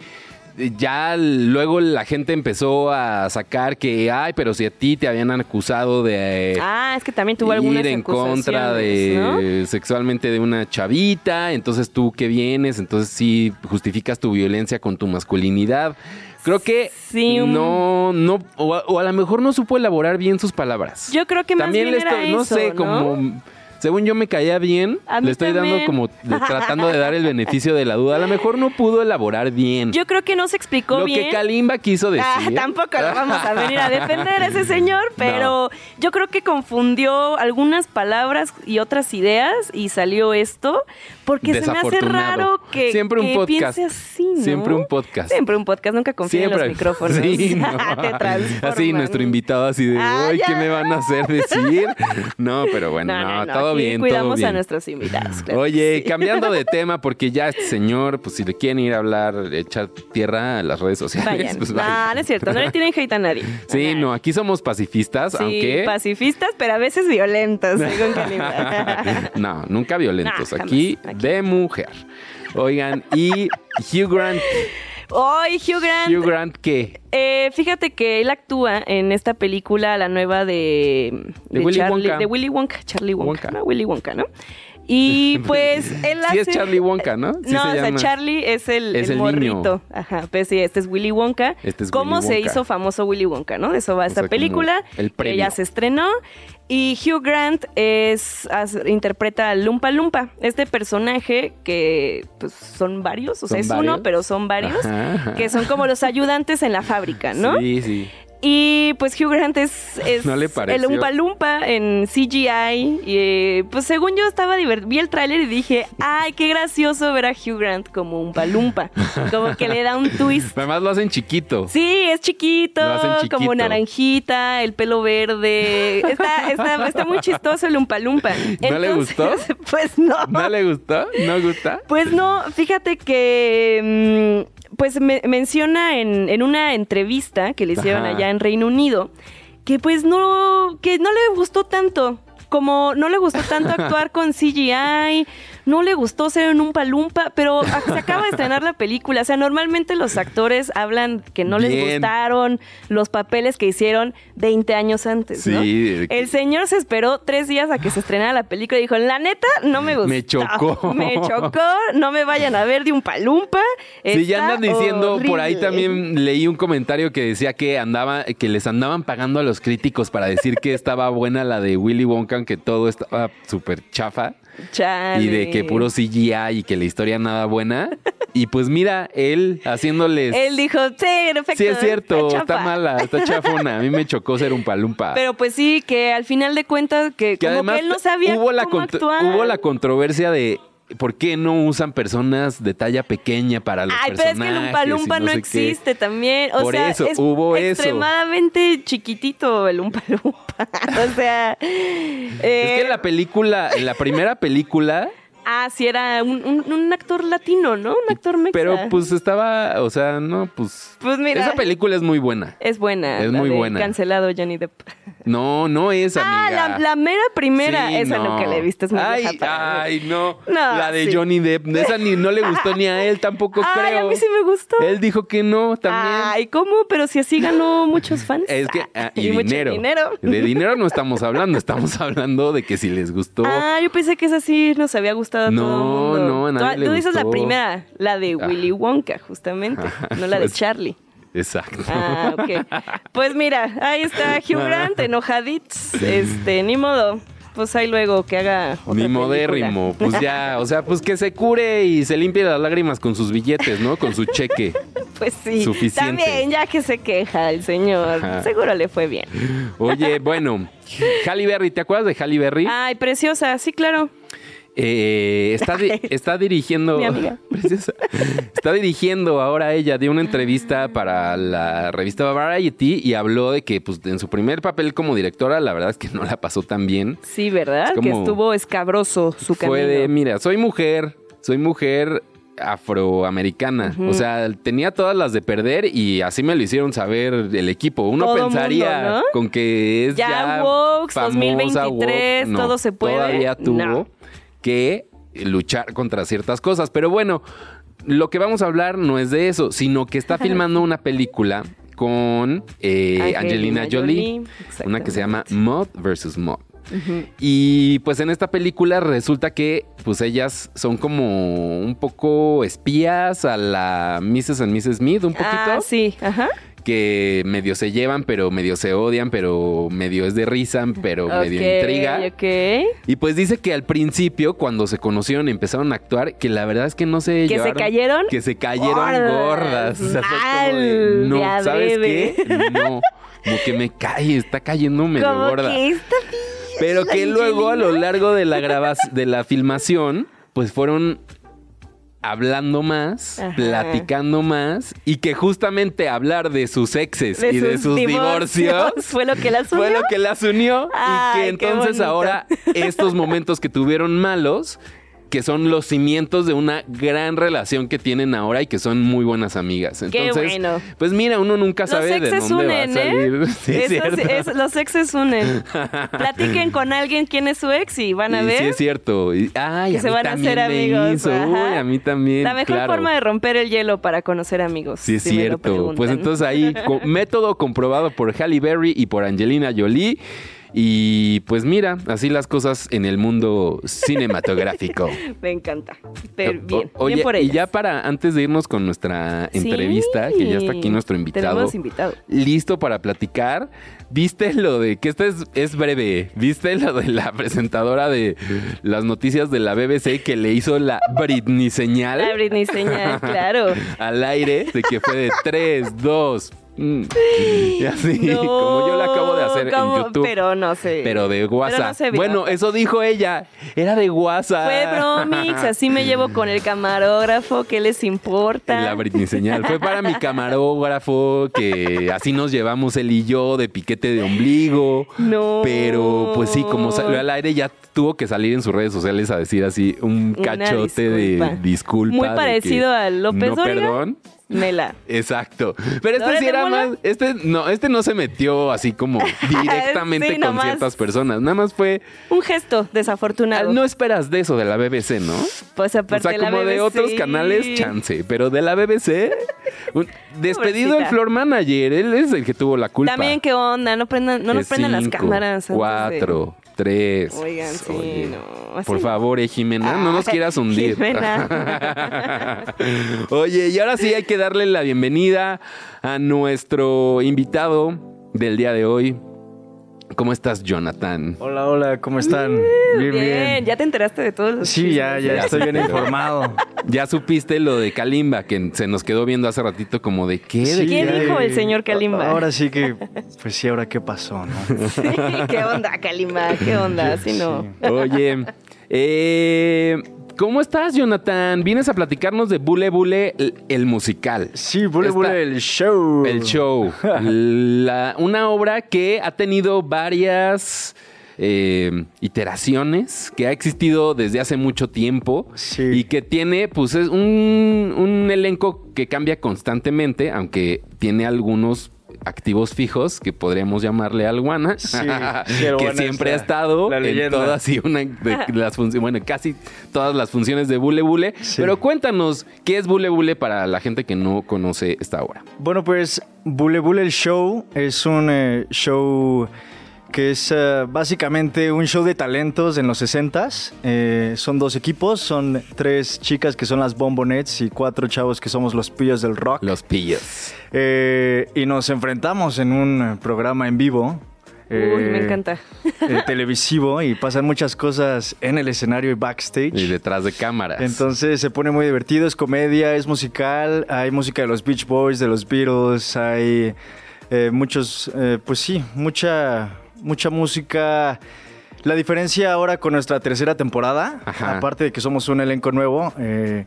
Speaker 2: ya luego la gente empezó a sacar que, ay, pero si a ti te habían acusado de... eh,
Speaker 3: Ah, es que también tuvo algunas
Speaker 2: ir en contra de
Speaker 3: acusaciones,
Speaker 2: sexualmente de una chavita, entonces tú que vienes, entonces sí justificas tu violencia con tu masculinidad. Creo que
Speaker 3: Sí, un-
Speaker 2: no, no, o a, o a lo mejor no supo elaborar bien sus palabras.
Speaker 3: Yo creo que más bien
Speaker 2: le
Speaker 3: era
Speaker 2: estoy- no
Speaker 3: eso,
Speaker 2: sé,
Speaker 3: ¿no?
Speaker 2: como según yo me caía bien,
Speaker 3: A mí
Speaker 2: le estoy
Speaker 3: también.
Speaker 2: dando como de- tratando de dar el beneficio de la duda. A lo mejor no pudo elaborar bien.
Speaker 3: Yo creo que no se explicó
Speaker 2: lo que
Speaker 3: bien.
Speaker 2: Kalimba quiso decir.
Speaker 3: Ah, tampoco lo vamos a venir a defender a ese señor, pero yo creo que confundió algunas palabras y otras ideas y salió esto, porque se me hace
Speaker 2: Desafortunado.
Speaker 3: raro que,
Speaker 2: Siempre un
Speaker 3: que
Speaker 2: podcast.
Speaker 3: piense así, ¿no?
Speaker 2: Siempre un podcast.
Speaker 3: Siempre un podcast, nunca confía en los
Speaker 2: hay-
Speaker 3: micrófonos.
Speaker 2: Sí, no.
Speaker 3: Te transforman.
Speaker 2: Así nuestro invitado así de,
Speaker 3: Ah,
Speaker 2: "Ay, ¿qué
Speaker 3: ya.
Speaker 2: me van a hacer decir?" No, pero bueno,
Speaker 3: No,
Speaker 2: no,
Speaker 3: no, no,
Speaker 2: todo
Speaker 3: aquí
Speaker 2: bien, todo
Speaker 3: cuidamos
Speaker 2: bien.
Speaker 3: a nuestros invitados. claro
Speaker 2: Oye,
Speaker 3: que sí.
Speaker 2: cambiando de tema, porque ya este señor, pues si le quieren ir a hablar, echar tierra a las redes sociales,
Speaker 3: Vayan.
Speaker 2: pues
Speaker 3: no,
Speaker 2: vayan.
Speaker 3: no es cierto, no le tienen hate a nadie.
Speaker 2: Sí, no, aquí somos pacifistas,
Speaker 3: Sí,
Speaker 2: aunque...
Speaker 3: pacifistas, pero a veces violentos, según Kalimba.
Speaker 2: no, nunca violentos.
Speaker 3: No, jamás.
Speaker 2: aquí,
Speaker 3: Aquí.
Speaker 2: de mujer. Oigan, y Hugh Grant,
Speaker 3: Hoy Hugh Grant.
Speaker 2: Hugh Grant, ¿qué?
Speaker 3: eh, fíjate que él actúa en esta película, la nueva de,
Speaker 2: De Willy
Speaker 3: Charlie-
Speaker 2: Wonka.
Speaker 3: de Willy Wonka, Charlie Wonka,
Speaker 2: Wonka.
Speaker 3: ¿no? Willy Wonka, ¿no? Y pues él
Speaker 2: Sí
Speaker 3: hace...
Speaker 2: es Charlie Wonka, ¿no? Sí
Speaker 3: no,
Speaker 2: se
Speaker 3: o sea,
Speaker 2: llama.
Speaker 3: Charlie es el,
Speaker 2: Es
Speaker 3: el
Speaker 2: el niño.
Speaker 3: morrito. Ajá, pues sí, este es Willy Wonka.
Speaker 2: Este es
Speaker 3: ¿Cómo
Speaker 2: Willy
Speaker 3: se
Speaker 2: Wonka.
Speaker 3: hizo famoso Willy Wonka, no? De eso va esta
Speaker 2: sea, como
Speaker 3: película.
Speaker 2: el
Speaker 3: que
Speaker 2: premio.
Speaker 3: ya se estrenó. Y Hugh Grant es, hace- interpreta a Lumpa Lumpa, este personaje que pues, son varios, o sea,
Speaker 2: ¿Son
Speaker 3: es uno,
Speaker 2: varios?
Speaker 3: pero son varios,
Speaker 2: Ajá, ajá.
Speaker 3: que son como los ayudantes en la fábrica, ¿no?
Speaker 2: Sí, sí.
Speaker 3: Y pues Hugh Grant es, es
Speaker 2: ¿No le
Speaker 3: el
Speaker 2: pareció?
Speaker 3: Umpa Lumpa en CGI. Y, eh, pues según yo estaba divertido. Vi el tráiler y dije, ay, qué gracioso ver a Hugh Grant como un palumpa. Como que le da un twist.
Speaker 2: Además lo hacen chiquito.
Speaker 3: Sí, es chiquito,
Speaker 2: Lo hacen chiquito.
Speaker 3: como naranjita, el pelo verde. Está, está, está muy chistoso el umpalumpa.
Speaker 2: ¿No le gustó?
Speaker 3: Pues no.
Speaker 2: ¿No le gustó? ¿No gusta?
Speaker 3: Pues no, fíjate que mm, pues me- menciona en, en una entrevista que le hicieron
Speaker 2: Ajá.
Speaker 3: allá en Reino Unido que pues no que no le gustó tanto como no le gustó tanto actuar con CGI, no le gustó ser un palumpa, pero a- se acaba de estrenar la película. O sea, normalmente los actores hablan que no les
Speaker 2: Bien.
Speaker 3: gustaron los papeles que hicieron 20 años antes, ¿no?
Speaker 2: Sí.
Speaker 3: El señor se esperó tres días a que se estrenara la película y dijo, la neta, no me gustó.
Speaker 2: Me chocó.
Speaker 3: Me chocó, no me vayan a ver de un palumpa.
Speaker 2: Sí, ya andan diciendo, por ahí
Speaker 3: horrible".
Speaker 2: también leí un comentario que decía que andaba, que les andaban pagando a los críticos para decir que estaba buena la de Willy Wonka, aunque todo estaba súper chafa.
Speaker 3: Chale.
Speaker 2: Y de que puro CGI y que la historia nada buena. Y pues mira, él haciéndoles.
Speaker 3: Él dijo, sí, perfecto.
Speaker 2: sí, es cierto,
Speaker 3: está
Speaker 2: está,
Speaker 3: chafa".
Speaker 2: mala, está chafona. A mí me chocó ser un palumpa.
Speaker 3: Pero pues sí, que al final de cuentas, que,
Speaker 2: que
Speaker 3: como
Speaker 2: además
Speaker 3: que él no sabía
Speaker 2: hubo la,
Speaker 3: cómo
Speaker 2: contro-
Speaker 3: actuar.
Speaker 2: hubo la controversia de por qué no usan personas de talla pequeña para los
Speaker 3: Ay, pero es
Speaker 2: personajes.
Speaker 3: que el Umpa Lumpa
Speaker 2: y
Speaker 3: no,
Speaker 2: sé qué.
Speaker 3: existe también. O
Speaker 2: Por
Speaker 3: sea,
Speaker 2: eso,
Speaker 3: es
Speaker 2: hubo eso.
Speaker 3: extremadamente chiquitito el Umpa Lumpa. o sea. eh,
Speaker 2: Es que en la película, en la primera película,
Speaker 3: Ah, sí, era un, un- un actor latino, ¿no? Un actor mexa.
Speaker 2: pero pues estaba, o sea, no, pues.
Speaker 3: Pues mira.
Speaker 2: Esa película es muy buena.
Speaker 3: Es buena.
Speaker 2: Es
Speaker 3: la
Speaker 2: muy
Speaker 3: de
Speaker 2: buena.
Speaker 3: Cancelado Johnny Depp.
Speaker 2: No, no es
Speaker 3: Ah,
Speaker 2: amiga.
Speaker 3: la, la mera primera.
Speaker 2: Sí,
Speaker 3: esa
Speaker 2: no.
Speaker 3: nunca la he visto. Es muy
Speaker 2: Ay,
Speaker 3: vieja para mí.
Speaker 2: ay, no.
Speaker 3: No,
Speaker 2: La de
Speaker 3: sí.
Speaker 2: Johnny Depp, esa ni no le gustó ni a él tampoco
Speaker 3: Ay,
Speaker 2: creo.
Speaker 3: a mí sí me gustó.
Speaker 2: Él dijo que no también.
Speaker 3: Ay, ¿cómo? Pero si así ganó muchos fans.
Speaker 2: Es que, ah, y,
Speaker 3: mucho
Speaker 2: dinero.
Speaker 3: dinero.
Speaker 2: De dinero no estamos hablando, estamos hablando de que si les gustó.
Speaker 3: Ah, yo pensé que esa sí nos había gustado a
Speaker 2: No,
Speaker 3: todo el mundo.
Speaker 2: no, a nadie
Speaker 3: Tú,
Speaker 2: le
Speaker 3: tú dices la
Speaker 2: gustó.
Speaker 3: primera, la de
Speaker 2: Ah.
Speaker 3: Willy Wonka, justamente, no la de
Speaker 2: Pues-
Speaker 3: Charlie.
Speaker 2: Exacto.
Speaker 3: Ah, ok. Pues mira, ahí está
Speaker 2: Ah.
Speaker 3: Hugh Grant, enojadits. Este, ni modo. Pues ahí luego que haga. Otra
Speaker 2: Ni
Speaker 3: película.
Speaker 2: modérrimo, pues ya, o sea, pues que se cure y se limpie las lágrimas con sus billetes, ¿no? Con su cheque.
Speaker 3: Pues sí.
Speaker 2: Suficiente.
Speaker 3: También, ya que se queja el señor.
Speaker 2: Ajá.
Speaker 3: Seguro le fue bien.
Speaker 2: Oye, bueno, Halle Berry, ¿te acuerdas de Halle Berry?
Speaker 3: Ay, preciosa, sí, claro.
Speaker 2: Eh, está, di- está dirigiendo.
Speaker 3: Mi amiga.
Speaker 2: Preciosa. Está dirigiendo ahora ella. Dio una entrevista para la revista Variety y habló de que, pues, en su primer papel como directora, la verdad es que no la pasó tan bien.
Speaker 3: Sí, ¿verdad?
Speaker 2: Es
Speaker 3: Que
Speaker 2: como-
Speaker 3: estuvo escabroso su
Speaker 2: Fue
Speaker 3: camino.
Speaker 2: de, mira, soy mujer, soy mujer afroamericana. O sea, tenía todas las de perder y así me lo hicieron saber el equipo. Uno
Speaker 3: Todo
Speaker 2: pensaría
Speaker 3: mundo, ¿no?
Speaker 2: con que es
Speaker 3: Ya
Speaker 2: ya,
Speaker 3: woke,
Speaker 2: famosa,
Speaker 3: 2023,
Speaker 2: woke. No,
Speaker 3: todo se puede.
Speaker 2: Todavía tuvo
Speaker 3: No.
Speaker 2: que luchar contra ciertas cosas, pero bueno, Lo que vamos a hablar no es de eso, sino que está filmando una película con eh, Angelina,
Speaker 3: Angelina Jolie,
Speaker 2: Jolie, una que se llama Mod versus Mod. Y pues en esta película resulta que pues ellas son como un poco espías a la Mrs. and Mrs. Smith, un poquito
Speaker 3: Ah, sí, ajá.
Speaker 2: que medio se llevan, pero medio se odian, pero medio es de risa, pero medio
Speaker 3: Ok,
Speaker 2: intriga.
Speaker 3: ok.
Speaker 2: Y pues dice que al principio, cuando se conocieron y empezaron a actuar, que la verdad es que no se
Speaker 3: ¿Que se
Speaker 2: llevaron-
Speaker 3: cayeron?
Speaker 2: Que se cayeron
Speaker 3: Gordas,
Speaker 2: gordas. O sea, fue como de,
Speaker 3: mal,
Speaker 2: no,
Speaker 3: ya
Speaker 2: ¿sabes
Speaker 3: bebe".
Speaker 2: qué? No, como que me cae, está cayendo medio
Speaker 3: Como
Speaker 2: gorda.
Speaker 3: que esta
Speaker 2: Pero que luego a lo largo de la grava- de la filmación, pues fueron hablando más,
Speaker 3: Ajá.
Speaker 2: platicando más y que justamente hablar de sus exes y de sus divorcios
Speaker 3: fue lo que las unió.
Speaker 2: fue lo que las unió y que
Speaker 3: Ay, qué
Speaker 2: entonces
Speaker 3: bonito.
Speaker 2: ahora estos momentos que tuvieron malos que son los cimientos de una gran relación que tienen ahora y que son muy buenas amigas.
Speaker 3: Qué
Speaker 2: Entonces,
Speaker 3: bueno.
Speaker 2: pues mira, uno nunca
Speaker 3: Los
Speaker 2: sabe de
Speaker 3: exes
Speaker 2: dónde va a
Speaker 3: unen,
Speaker 2: salir.
Speaker 3: ¿eh?
Speaker 2: Sí, es
Speaker 3: Eso sí,
Speaker 2: cierto.
Speaker 3: es- los exes unen. Platiquen con alguien quién es su ex y van a
Speaker 2: Y
Speaker 3: ver.
Speaker 2: Sí, es cierto. Y, ay,
Speaker 3: que
Speaker 2: a
Speaker 3: se
Speaker 2: mí
Speaker 3: van a
Speaker 2: también
Speaker 3: hacer
Speaker 2: me
Speaker 3: amigos.
Speaker 2: hizo.
Speaker 3: ajá.
Speaker 2: Uy, a mí también.
Speaker 3: La mejor
Speaker 2: claro.
Speaker 3: forma de romper el hielo para conocer amigos.
Speaker 2: Sí, es
Speaker 3: si me lo
Speaker 2: cierto. Pues
Speaker 3: preguntan.
Speaker 2: entonces ahí, co- método comprobado por Halle Berry y por Angelina Jolie. Y pues mira, así las cosas en el mundo cinematográfico.
Speaker 3: Me encanta. Pero
Speaker 2: O-
Speaker 3: bien,
Speaker 2: oye,
Speaker 3: bien por
Speaker 2: y
Speaker 3: ellas.
Speaker 2: ya para, antes de irnos con nuestra entrevista, que ya está aquí
Speaker 3: Sí,
Speaker 2: nuestro invitado,
Speaker 3: Tenemos invitado.
Speaker 2: listo para platicar, viste lo de, que este es, es breve, viste lo de la presentadora de las noticias de la BBC que le hizo la Britney señal
Speaker 3: La Ah, Britney señal, claro.
Speaker 2: al aire de que fue de 3, 2. Y así,
Speaker 3: No,
Speaker 2: como yo lo acabo de hacer
Speaker 3: como-
Speaker 2: en YouTube. Pero,
Speaker 3: Pero no sé.
Speaker 2: de WhatsApp.
Speaker 3: no se vio.
Speaker 2: bueno, eso dijo ella. Era de WhatsApp.
Speaker 3: Fue
Speaker 2: Ah.
Speaker 3: bromix, así me llevo con el camarógrafo, ¿qué les importa?
Speaker 2: La Britney señal. Fue para mi camarógrafo que así nos llevamos él y yo de piquete de ombligo.
Speaker 3: No.
Speaker 2: Pero pues sí, como salió al aire ya tuvo que salir en sus redes sociales a decir así un
Speaker 3: Una
Speaker 2: cachote de
Speaker 3: disculpa.
Speaker 2: disculpa.
Speaker 3: Muy
Speaker 2: de que
Speaker 3: parecido a López
Speaker 2: No,
Speaker 3: Dóriga.
Speaker 2: perdón.
Speaker 3: Mela.
Speaker 2: Exacto. Pero este
Speaker 3: ¿Ahora
Speaker 2: sí
Speaker 3: te
Speaker 2: era
Speaker 3: mola?
Speaker 2: más. Este no, este no se metió así como directamente
Speaker 3: Sí,
Speaker 2: con
Speaker 3: nomás.
Speaker 2: ciertas personas. Nada más fue.
Speaker 3: Un gesto desafortunado.
Speaker 2: Ah, No esperas de eso de la BBC, ¿no?
Speaker 3: Pues
Speaker 2: O
Speaker 3: aparte
Speaker 2: sea,
Speaker 3: la
Speaker 2: como de
Speaker 3: BBC.
Speaker 2: otros canales, chance. Pero de la BBC, un- despedido el
Speaker 3: Pobrecita.
Speaker 2: floor manager. Él es el que tuvo la culpa.
Speaker 3: También qué onda, no prendan, no nos
Speaker 2: Que
Speaker 3: prendan las
Speaker 2: cinco,
Speaker 3: cámaras. antes de-
Speaker 2: Cuatro, tres.
Speaker 3: Oigan, sí,
Speaker 2: Oye,
Speaker 3: no, así
Speaker 2: Por
Speaker 3: no.
Speaker 2: favor, eh, Jimena, no nos
Speaker 3: Ah,
Speaker 2: quieras hundir.
Speaker 3: Jimena.
Speaker 2: Oye, y ahora sí hay que darle la bienvenida a nuestro invitado del día de hoy. ¿Cómo estás, Jonathan?
Speaker 6: Hola, hola, ¿cómo están? Bien,
Speaker 3: Bien,
Speaker 6: bien.
Speaker 3: ya te enteraste de todos los
Speaker 6: Sí, ya,
Speaker 3: chismes.
Speaker 6: ya estoy bien
Speaker 2: Ya.
Speaker 6: informado.
Speaker 2: Ya supiste lo de Kalimba, que se nos quedó viendo hace ratito como de qué, de
Speaker 6: Sí,
Speaker 3: ¿Qué
Speaker 6: ya,
Speaker 3: dijo
Speaker 6: eh,
Speaker 3: el señor Kalimba?
Speaker 6: Ahora sí que, pues sí, ahora qué pasó, ¿no?
Speaker 3: Sí, ¿Qué onda, Kalima? ¿Qué onda? Si no.
Speaker 6: Sí.
Speaker 2: Oye, eh, ¿cómo estás, Jonathan? Vienes a platicarnos de Bule Bule, el, el musical.
Speaker 6: Sí, vuelve,
Speaker 2: Esta-
Speaker 6: vuelve el show.
Speaker 2: El show. La- una obra que ha tenido varias eh, iteraciones, que ha existido desde hace mucho tiempo
Speaker 6: Sí.
Speaker 2: y que tiene, pues, es un, un elenco que cambia constantemente, aunque tiene algunos activos fijos que podríamos llamarle al Guana,
Speaker 6: Sí, sí, el
Speaker 2: que
Speaker 6: Guana
Speaker 2: siempre ha
Speaker 6: es la-
Speaker 2: estado
Speaker 6: la
Speaker 2: en
Speaker 6: leyenda.
Speaker 2: todas y una de las funciones, bueno, casi todas las funciones de Bule Bule.
Speaker 6: Sí.
Speaker 2: Pero cuéntanos, ¿qué es Bule Bule para la gente que no conoce esta obra?
Speaker 6: Bueno, pues Bule Bule el show es un eh, show que es eh, básicamente un show de talentos en los 60s. Eh, son dos equipos, son tres chicas que son las Bombonets y cuatro chavos que somos los pillos del rock.
Speaker 2: Los pillos.
Speaker 6: Eh, y nos enfrentamos en un programa en vivo.
Speaker 3: Uy,
Speaker 6: eh,
Speaker 3: me encanta.
Speaker 6: eh, televisivo y pasan muchas cosas en el escenario y backstage.
Speaker 2: Y detrás de cámaras.
Speaker 6: Entonces se pone muy divertido, es comedia, es musical, hay música de los Beach Boys, de los Beatles, hay eh, muchos, eh, pues sí, mucha, mucha música. La diferencia ahora con nuestra tercera temporada,
Speaker 2: Ajá.
Speaker 6: aparte de que somos un elenco nuevo, eh,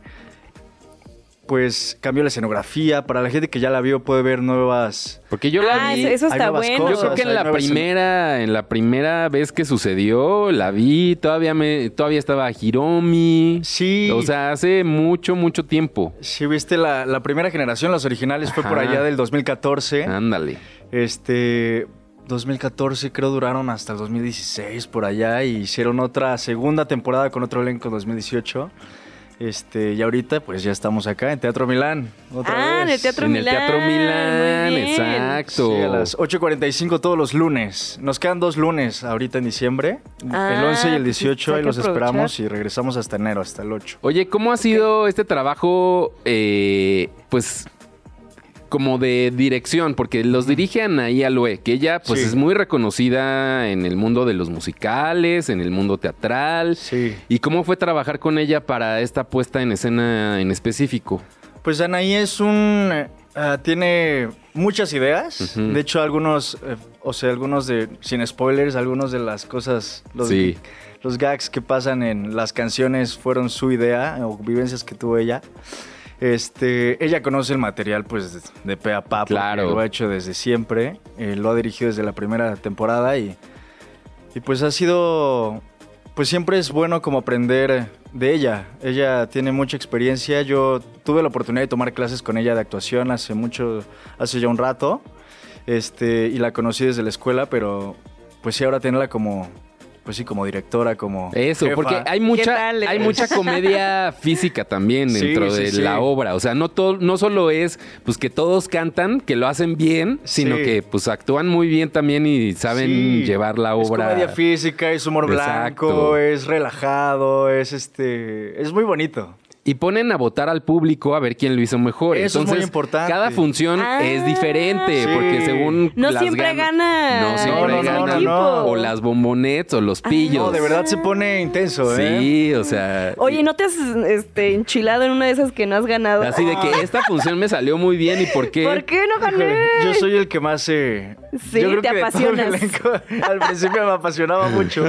Speaker 6: pues cambió la escenografía. Para la gente que ya la vio puede ver nuevas...
Speaker 2: Porque yo la
Speaker 3: Ah,
Speaker 2: vi.
Speaker 3: eso, eso
Speaker 6: hay
Speaker 3: está
Speaker 6: nuevas
Speaker 3: bueno.
Speaker 2: Yo creo que en
Speaker 6: hay
Speaker 2: la
Speaker 6: nuevas-
Speaker 2: primera, en la primera vez que sucedió, la vi, todavía me, todavía estaba Hiromi.
Speaker 6: Sí.
Speaker 2: O sea, hace mucho, mucho tiempo.
Speaker 6: Si viste la, la primera generación, los originales fue por
Speaker 2: Ajá. Ah.
Speaker 6: allá del 2014.
Speaker 2: Ándale.
Speaker 6: Este 2014 creo duraron hasta el 2016 por allá y hicieron otra segunda temporada con otro elenco en 2018. Este, y ahorita pues ya estamos acá en Teatro Milán. Otra
Speaker 3: Ah, en
Speaker 6: vez.
Speaker 3: el Teatro
Speaker 2: en el
Speaker 3: Milán.
Speaker 2: Teatro Milán,
Speaker 3: muy bien.
Speaker 2: exacto.
Speaker 6: Sí, a las 8.45 todos los lunes. Nos quedan dos lunes ahorita en diciembre.
Speaker 3: Ah,
Speaker 6: el 11 y el
Speaker 3: pues,
Speaker 6: 18
Speaker 3: hay
Speaker 6: ahí
Speaker 3: que
Speaker 6: los
Speaker 3: aprovechar.
Speaker 6: esperamos y regresamos hasta enero, hasta el 8.
Speaker 2: Oye, ¿cómo ha sido este trabajo, eh, pues, como de dirección? Porque los dirige Anaí Aloe, que ella, pues,
Speaker 6: Sí.
Speaker 2: es muy reconocida en el mundo de los musicales, en el mundo teatral.
Speaker 6: Sí.
Speaker 2: ¿Y cómo fue trabajar con ella para esta puesta en escena en específico?
Speaker 6: Pues Anaí es un... eh, ah, tiene muchas ideas.
Speaker 2: Ujú.
Speaker 6: De hecho, algunos, eh, o sea, algunos de... Sin spoilers, algunos de las cosas... Los,
Speaker 2: Sí.
Speaker 6: los gags que pasan en las canciones fueron su idea o vivencias que tuvo ella. Este, ella conoce el material pues de, de pe a pa, porque
Speaker 2: Claro.
Speaker 6: lo ha hecho desde siempre, eh, lo ha dirigido desde la primera temporada y, y pues ha sido, pues siempre es bueno como aprender de ella. Ella tiene mucha experiencia, yo tuve la oportunidad de tomar clases con ella de actuación hace mucho, hace ya un rato, este, y la conocí desde la escuela, pero pues sí ahora tenerla como, pues sí, como directora, como...
Speaker 2: Eso,
Speaker 6: jefa.
Speaker 2: porque hay mucha,
Speaker 3: tal, eh?
Speaker 2: hay mucha comedia física también
Speaker 6: Sí,
Speaker 2: dentro
Speaker 6: sí,
Speaker 2: de
Speaker 6: sí.
Speaker 2: la obra. O sea, no, todo, no solo es pues que todos cantan, que lo hacen bien, sino
Speaker 6: Sí.
Speaker 2: que pues actúan muy bien también y saben
Speaker 6: Sí.
Speaker 2: llevar la
Speaker 6: Es
Speaker 2: obra.
Speaker 6: comedia física, es humor
Speaker 2: Exacto.
Speaker 6: blanco, es relajado, es este. Es muy bonito.
Speaker 2: y ponen a votar al público a ver quién lo hizo mejor.
Speaker 6: Eso es muy
Speaker 2: Entonces,
Speaker 6: importante.
Speaker 2: cada función
Speaker 3: Ah.
Speaker 2: es diferente,
Speaker 6: Sí.
Speaker 2: porque según
Speaker 3: No
Speaker 2: las
Speaker 3: siempre
Speaker 2: ganas-
Speaker 3: gana
Speaker 2: no siempre
Speaker 6: el
Speaker 2: gana,
Speaker 6: equipo.
Speaker 2: o las bombonets o
Speaker 3: Ah,
Speaker 2: los pillos.
Speaker 6: No, de verdad se pone intenso, ¿eh?
Speaker 2: Sí, o sea,
Speaker 3: Oye, ¿no te has este, enchilado en una de esas que no has ganado?
Speaker 2: así de que esta función me salió muy bien y por qué
Speaker 3: ¿Por qué no gané?
Speaker 6: Yo soy el que más se.
Speaker 3: Sí,
Speaker 6: yo creo
Speaker 3: te
Speaker 6: que de todo el
Speaker 3: apasionas.
Speaker 6: elenco, al principio me apasionaba mucho.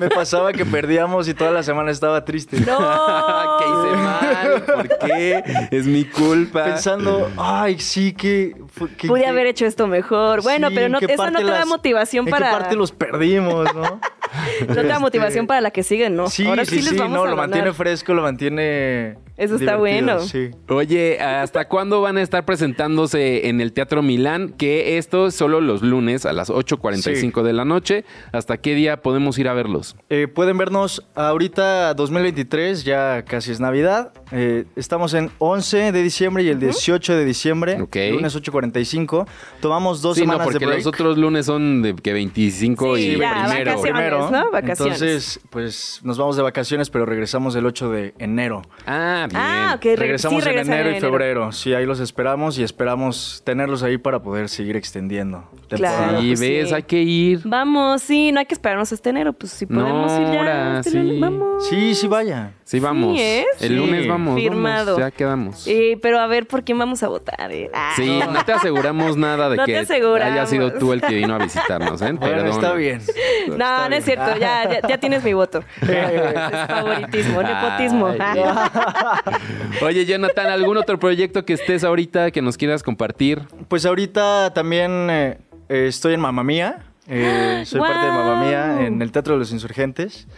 Speaker 6: Me pasaba que perdíamos y toda la semana estaba triste.
Speaker 3: No.
Speaker 2: que hice mal, ¿por qué? Es mi culpa.
Speaker 6: Pensando, ay, sí, que. fu- que-
Speaker 3: Pude
Speaker 6: que-
Speaker 3: haber hecho esto mejor. Bueno,
Speaker 6: sí,
Speaker 3: pero no,
Speaker 6: ¿en qué
Speaker 3: eso no
Speaker 6: parte
Speaker 3: te da
Speaker 6: las-
Speaker 3: motivación
Speaker 6: en
Speaker 3: para.
Speaker 6: qué parte los perdimos, ¿no?
Speaker 3: No te da motivación para la que sigue, ¿no?
Speaker 6: Sí,
Speaker 3: Ahora sí,
Speaker 6: sí, sí,
Speaker 3: les vamos
Speaker 6: no,
Speaker 3: a
Speaker 6: lo
Speaker 3: ganar.
Speaker 6: mantiene fresco, lo mantiene.
Speaker 3: Eso está
Speaker 6: divertido,
Speaker 3: bueno.
Speaker 6: Sí.
Speaker 2: Oye, ¿hasta cuándo van a estar presentándose en el Teatro Milán? Que esto es solo los lunes a las 8.45 de la noche. ¿Hasta qué día podemos ir a verlos?
Speaker 6: Eh, pueden vernos ahorita 2023, ya casi es Navidad. Eh, estamos en 11 de diciembre y el 18 de diciembre,
Speaker 2: Ok.
Speaker 6: lunes 8.45. Tomamos dos
Speaker 2: sí, no,
Speaker 6: semanas
Speaker 2: porque
Speaker 6: de break.
Speaker 2: los otros lunes son de que 25
Speaker 3: Sí,
Speaker 2: y
Speaker 3: ya,
Speaker 2: primero.
Speaker 3: vacaciones. ¿no? Vacaciones.
Speaker 6: Entonces, pues nos vamos de vacaciones, pero regresamos el 8 de enero.
Speaker 2: Ah, bien.
Speaker 3: Ah, ok, re-
Speaker 6: regresamos
Speaker 3: sí,
Speaker 6: en
Speaker 3: regresan
Speaker 6: enero y febrero. Sí, ahí los esperamos y esperamos tenerlos ahí para poder seguir extendiendo.
Speaker 3: Claro,
Speaker 2: Sí,
Speaker 3: pues
Speaker 2: ves,
Speaker 3: sí.
Speaker 2: hay que ir.
Speaker 3: Vamos, sí, no hay que esperarnos hasta enero, pues si
Speaker 2: No,
Speaker 3: podemos ir ya.
Speaker 2: ahora
Speaker 3: este lunes,
Speaker 2: sí.
Speaker 3: Vamos.
Speaker 6: Sí, sí, vaya.
Speaker 2: Sí, vamos.
Speaker 3: ¿eh?
Speaker 2: El
Speaker 6: Sí.
Speaker 2: lunes vamos.
Speaker 3: Firmado.
Speaker 2: vamos, ya quedamos.
Speaker 3: Eh, pero a ver, ¿por quién vamos a votar? eh? Ah,
Speaker 2: Sí, no te aseguramos nada de
Speaker 3: No te
Speaker 2: que
Speaker 3: aseguramos.
Speaker 2: haya sido tú el que vino a visitarnos, ¿eh?
Speaker 6: Bueno,
Speaker 2: Perdona.
Speaker 6: está bien.
Speaker 3: No, no, es cierto, ya, ya, ya tienes mi voto. es favoritismo, nepotismo.
Speaker 2: Ay. Oye, Jonathan, ¿algún otro proyecto que estés ahorita que nos quieras compartir?
Speaker 6: Pues ahorita también eh, eh, estoy en Mamma Mía. Eh, soy parte de Mamma
Speaker 3: Ah, ¡Guau!
Speaker 6: Mía en el Teatro de los Insurgentes.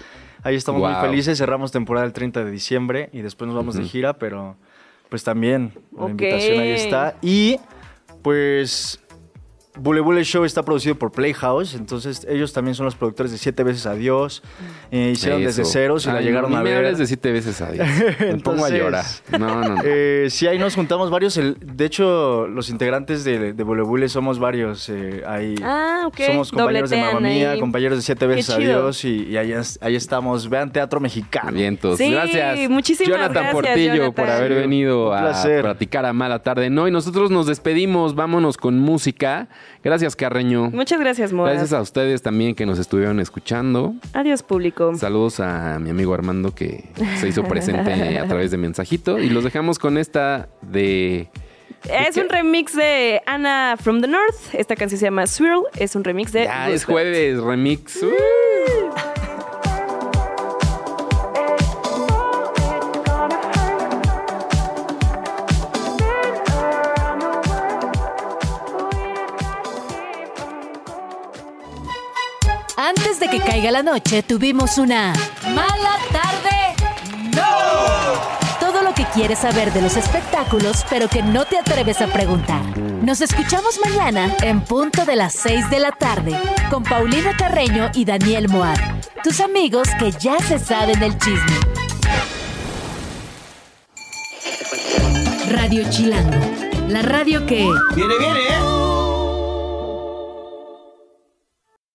Speaker 6: Ahí estamos muy
Speaker 2: ¡Guau!
Speaker 6: felices. Cerramos temporada el 30 de diciembre y después nos vamos de gira, pero pues también la
Speaker 3: Ok.
Speaker 6: invitación ahí está. Y pues Bule Bule Show está producido por Playhouse, entonces ellos también son los productores de Siete veces Adiós.
Speaker 3: Mm.
Speaker 6: Eh, hicieron desde
Speaker 2: Eso.
Speaker 6: ceros y la
Speaker 2: Ay,
Speaker 6: llegaron
Speaker 2: no,
Speaker 6: a
Speaker 2: ni me
Speaker 6: ver.
Speaker 2: hables de siete veces a Dios. Me pongo a
Speaker 6: Entonces,
Speaker 2: llorar. No, no, no.
Speaker 6: Eh, sí, ahí nos juntamos varios. el- de hecho, los integrantes de, de Bule Bule somos varios. eh, ahí
Speaker 3: Ah, ok.
Speaker 6: somos compañeros de
Speaker 3: Dobletean
Speaker 6: Mamma Mía,
Speaker 3: ahí.
Speaker 6: compañeros de Siete veces
Speaker 3: chido.
Speaker 6: Adiós. Y, y ahí, es- ahí estamos. Vean Teatro Mexicano.
Speaker 2: Vientos.
Speaker 3: Sí,
Speaker 2: gracias.
Speaker 3: muchísimas
Speaker 2: Jonathan
Speaker 3: gracias,
Speaker 2: Portillo
Speaker 3: Jonathan.
Speaker 2: por haber
Speaker 6: Sí,
Speaker 2: venido
Speaker 6: un
Speaker 2: a
Speaker 6: placer.
Speaker 2: platicar a mala tarde. No, y nosotros nos despedimos. Vámonos con música. Gracias, Carreño.
Speaker 3: Muchas gracias, Mora.
Speaker 2: Gracias a ustedes también que nos estuvieron escuchando.
Speaker 3: Adiós, público.
Speaker 2: Saludos a mi amigo Armando que se hizo presente a través de mensajito. Y los dejamos con esta de
Speaker 3: Es un remix de Anna from the North. Esta canción se llama Swirl. Es un remix de.
Speaker 2: Ya
Speaker 3: Roosevelt.
Speaker 2: es jueves, remix. Uh.
Speaker 1: Antes de que caiga la noche, tuvimos una mala tarde. ¡No! Todo lo que quieres saber de los espectáculos, pero que no te atreves a preguntar. Nos escuchamos mañana en punto de las 6 de la tarde con Paulina Carreño y Daniel Moab, tus amigos que ya se saben el chisme.
Speaker 7: Radio Chilango, la radio que...
Speaker 1: Viene, viene, ¿eh?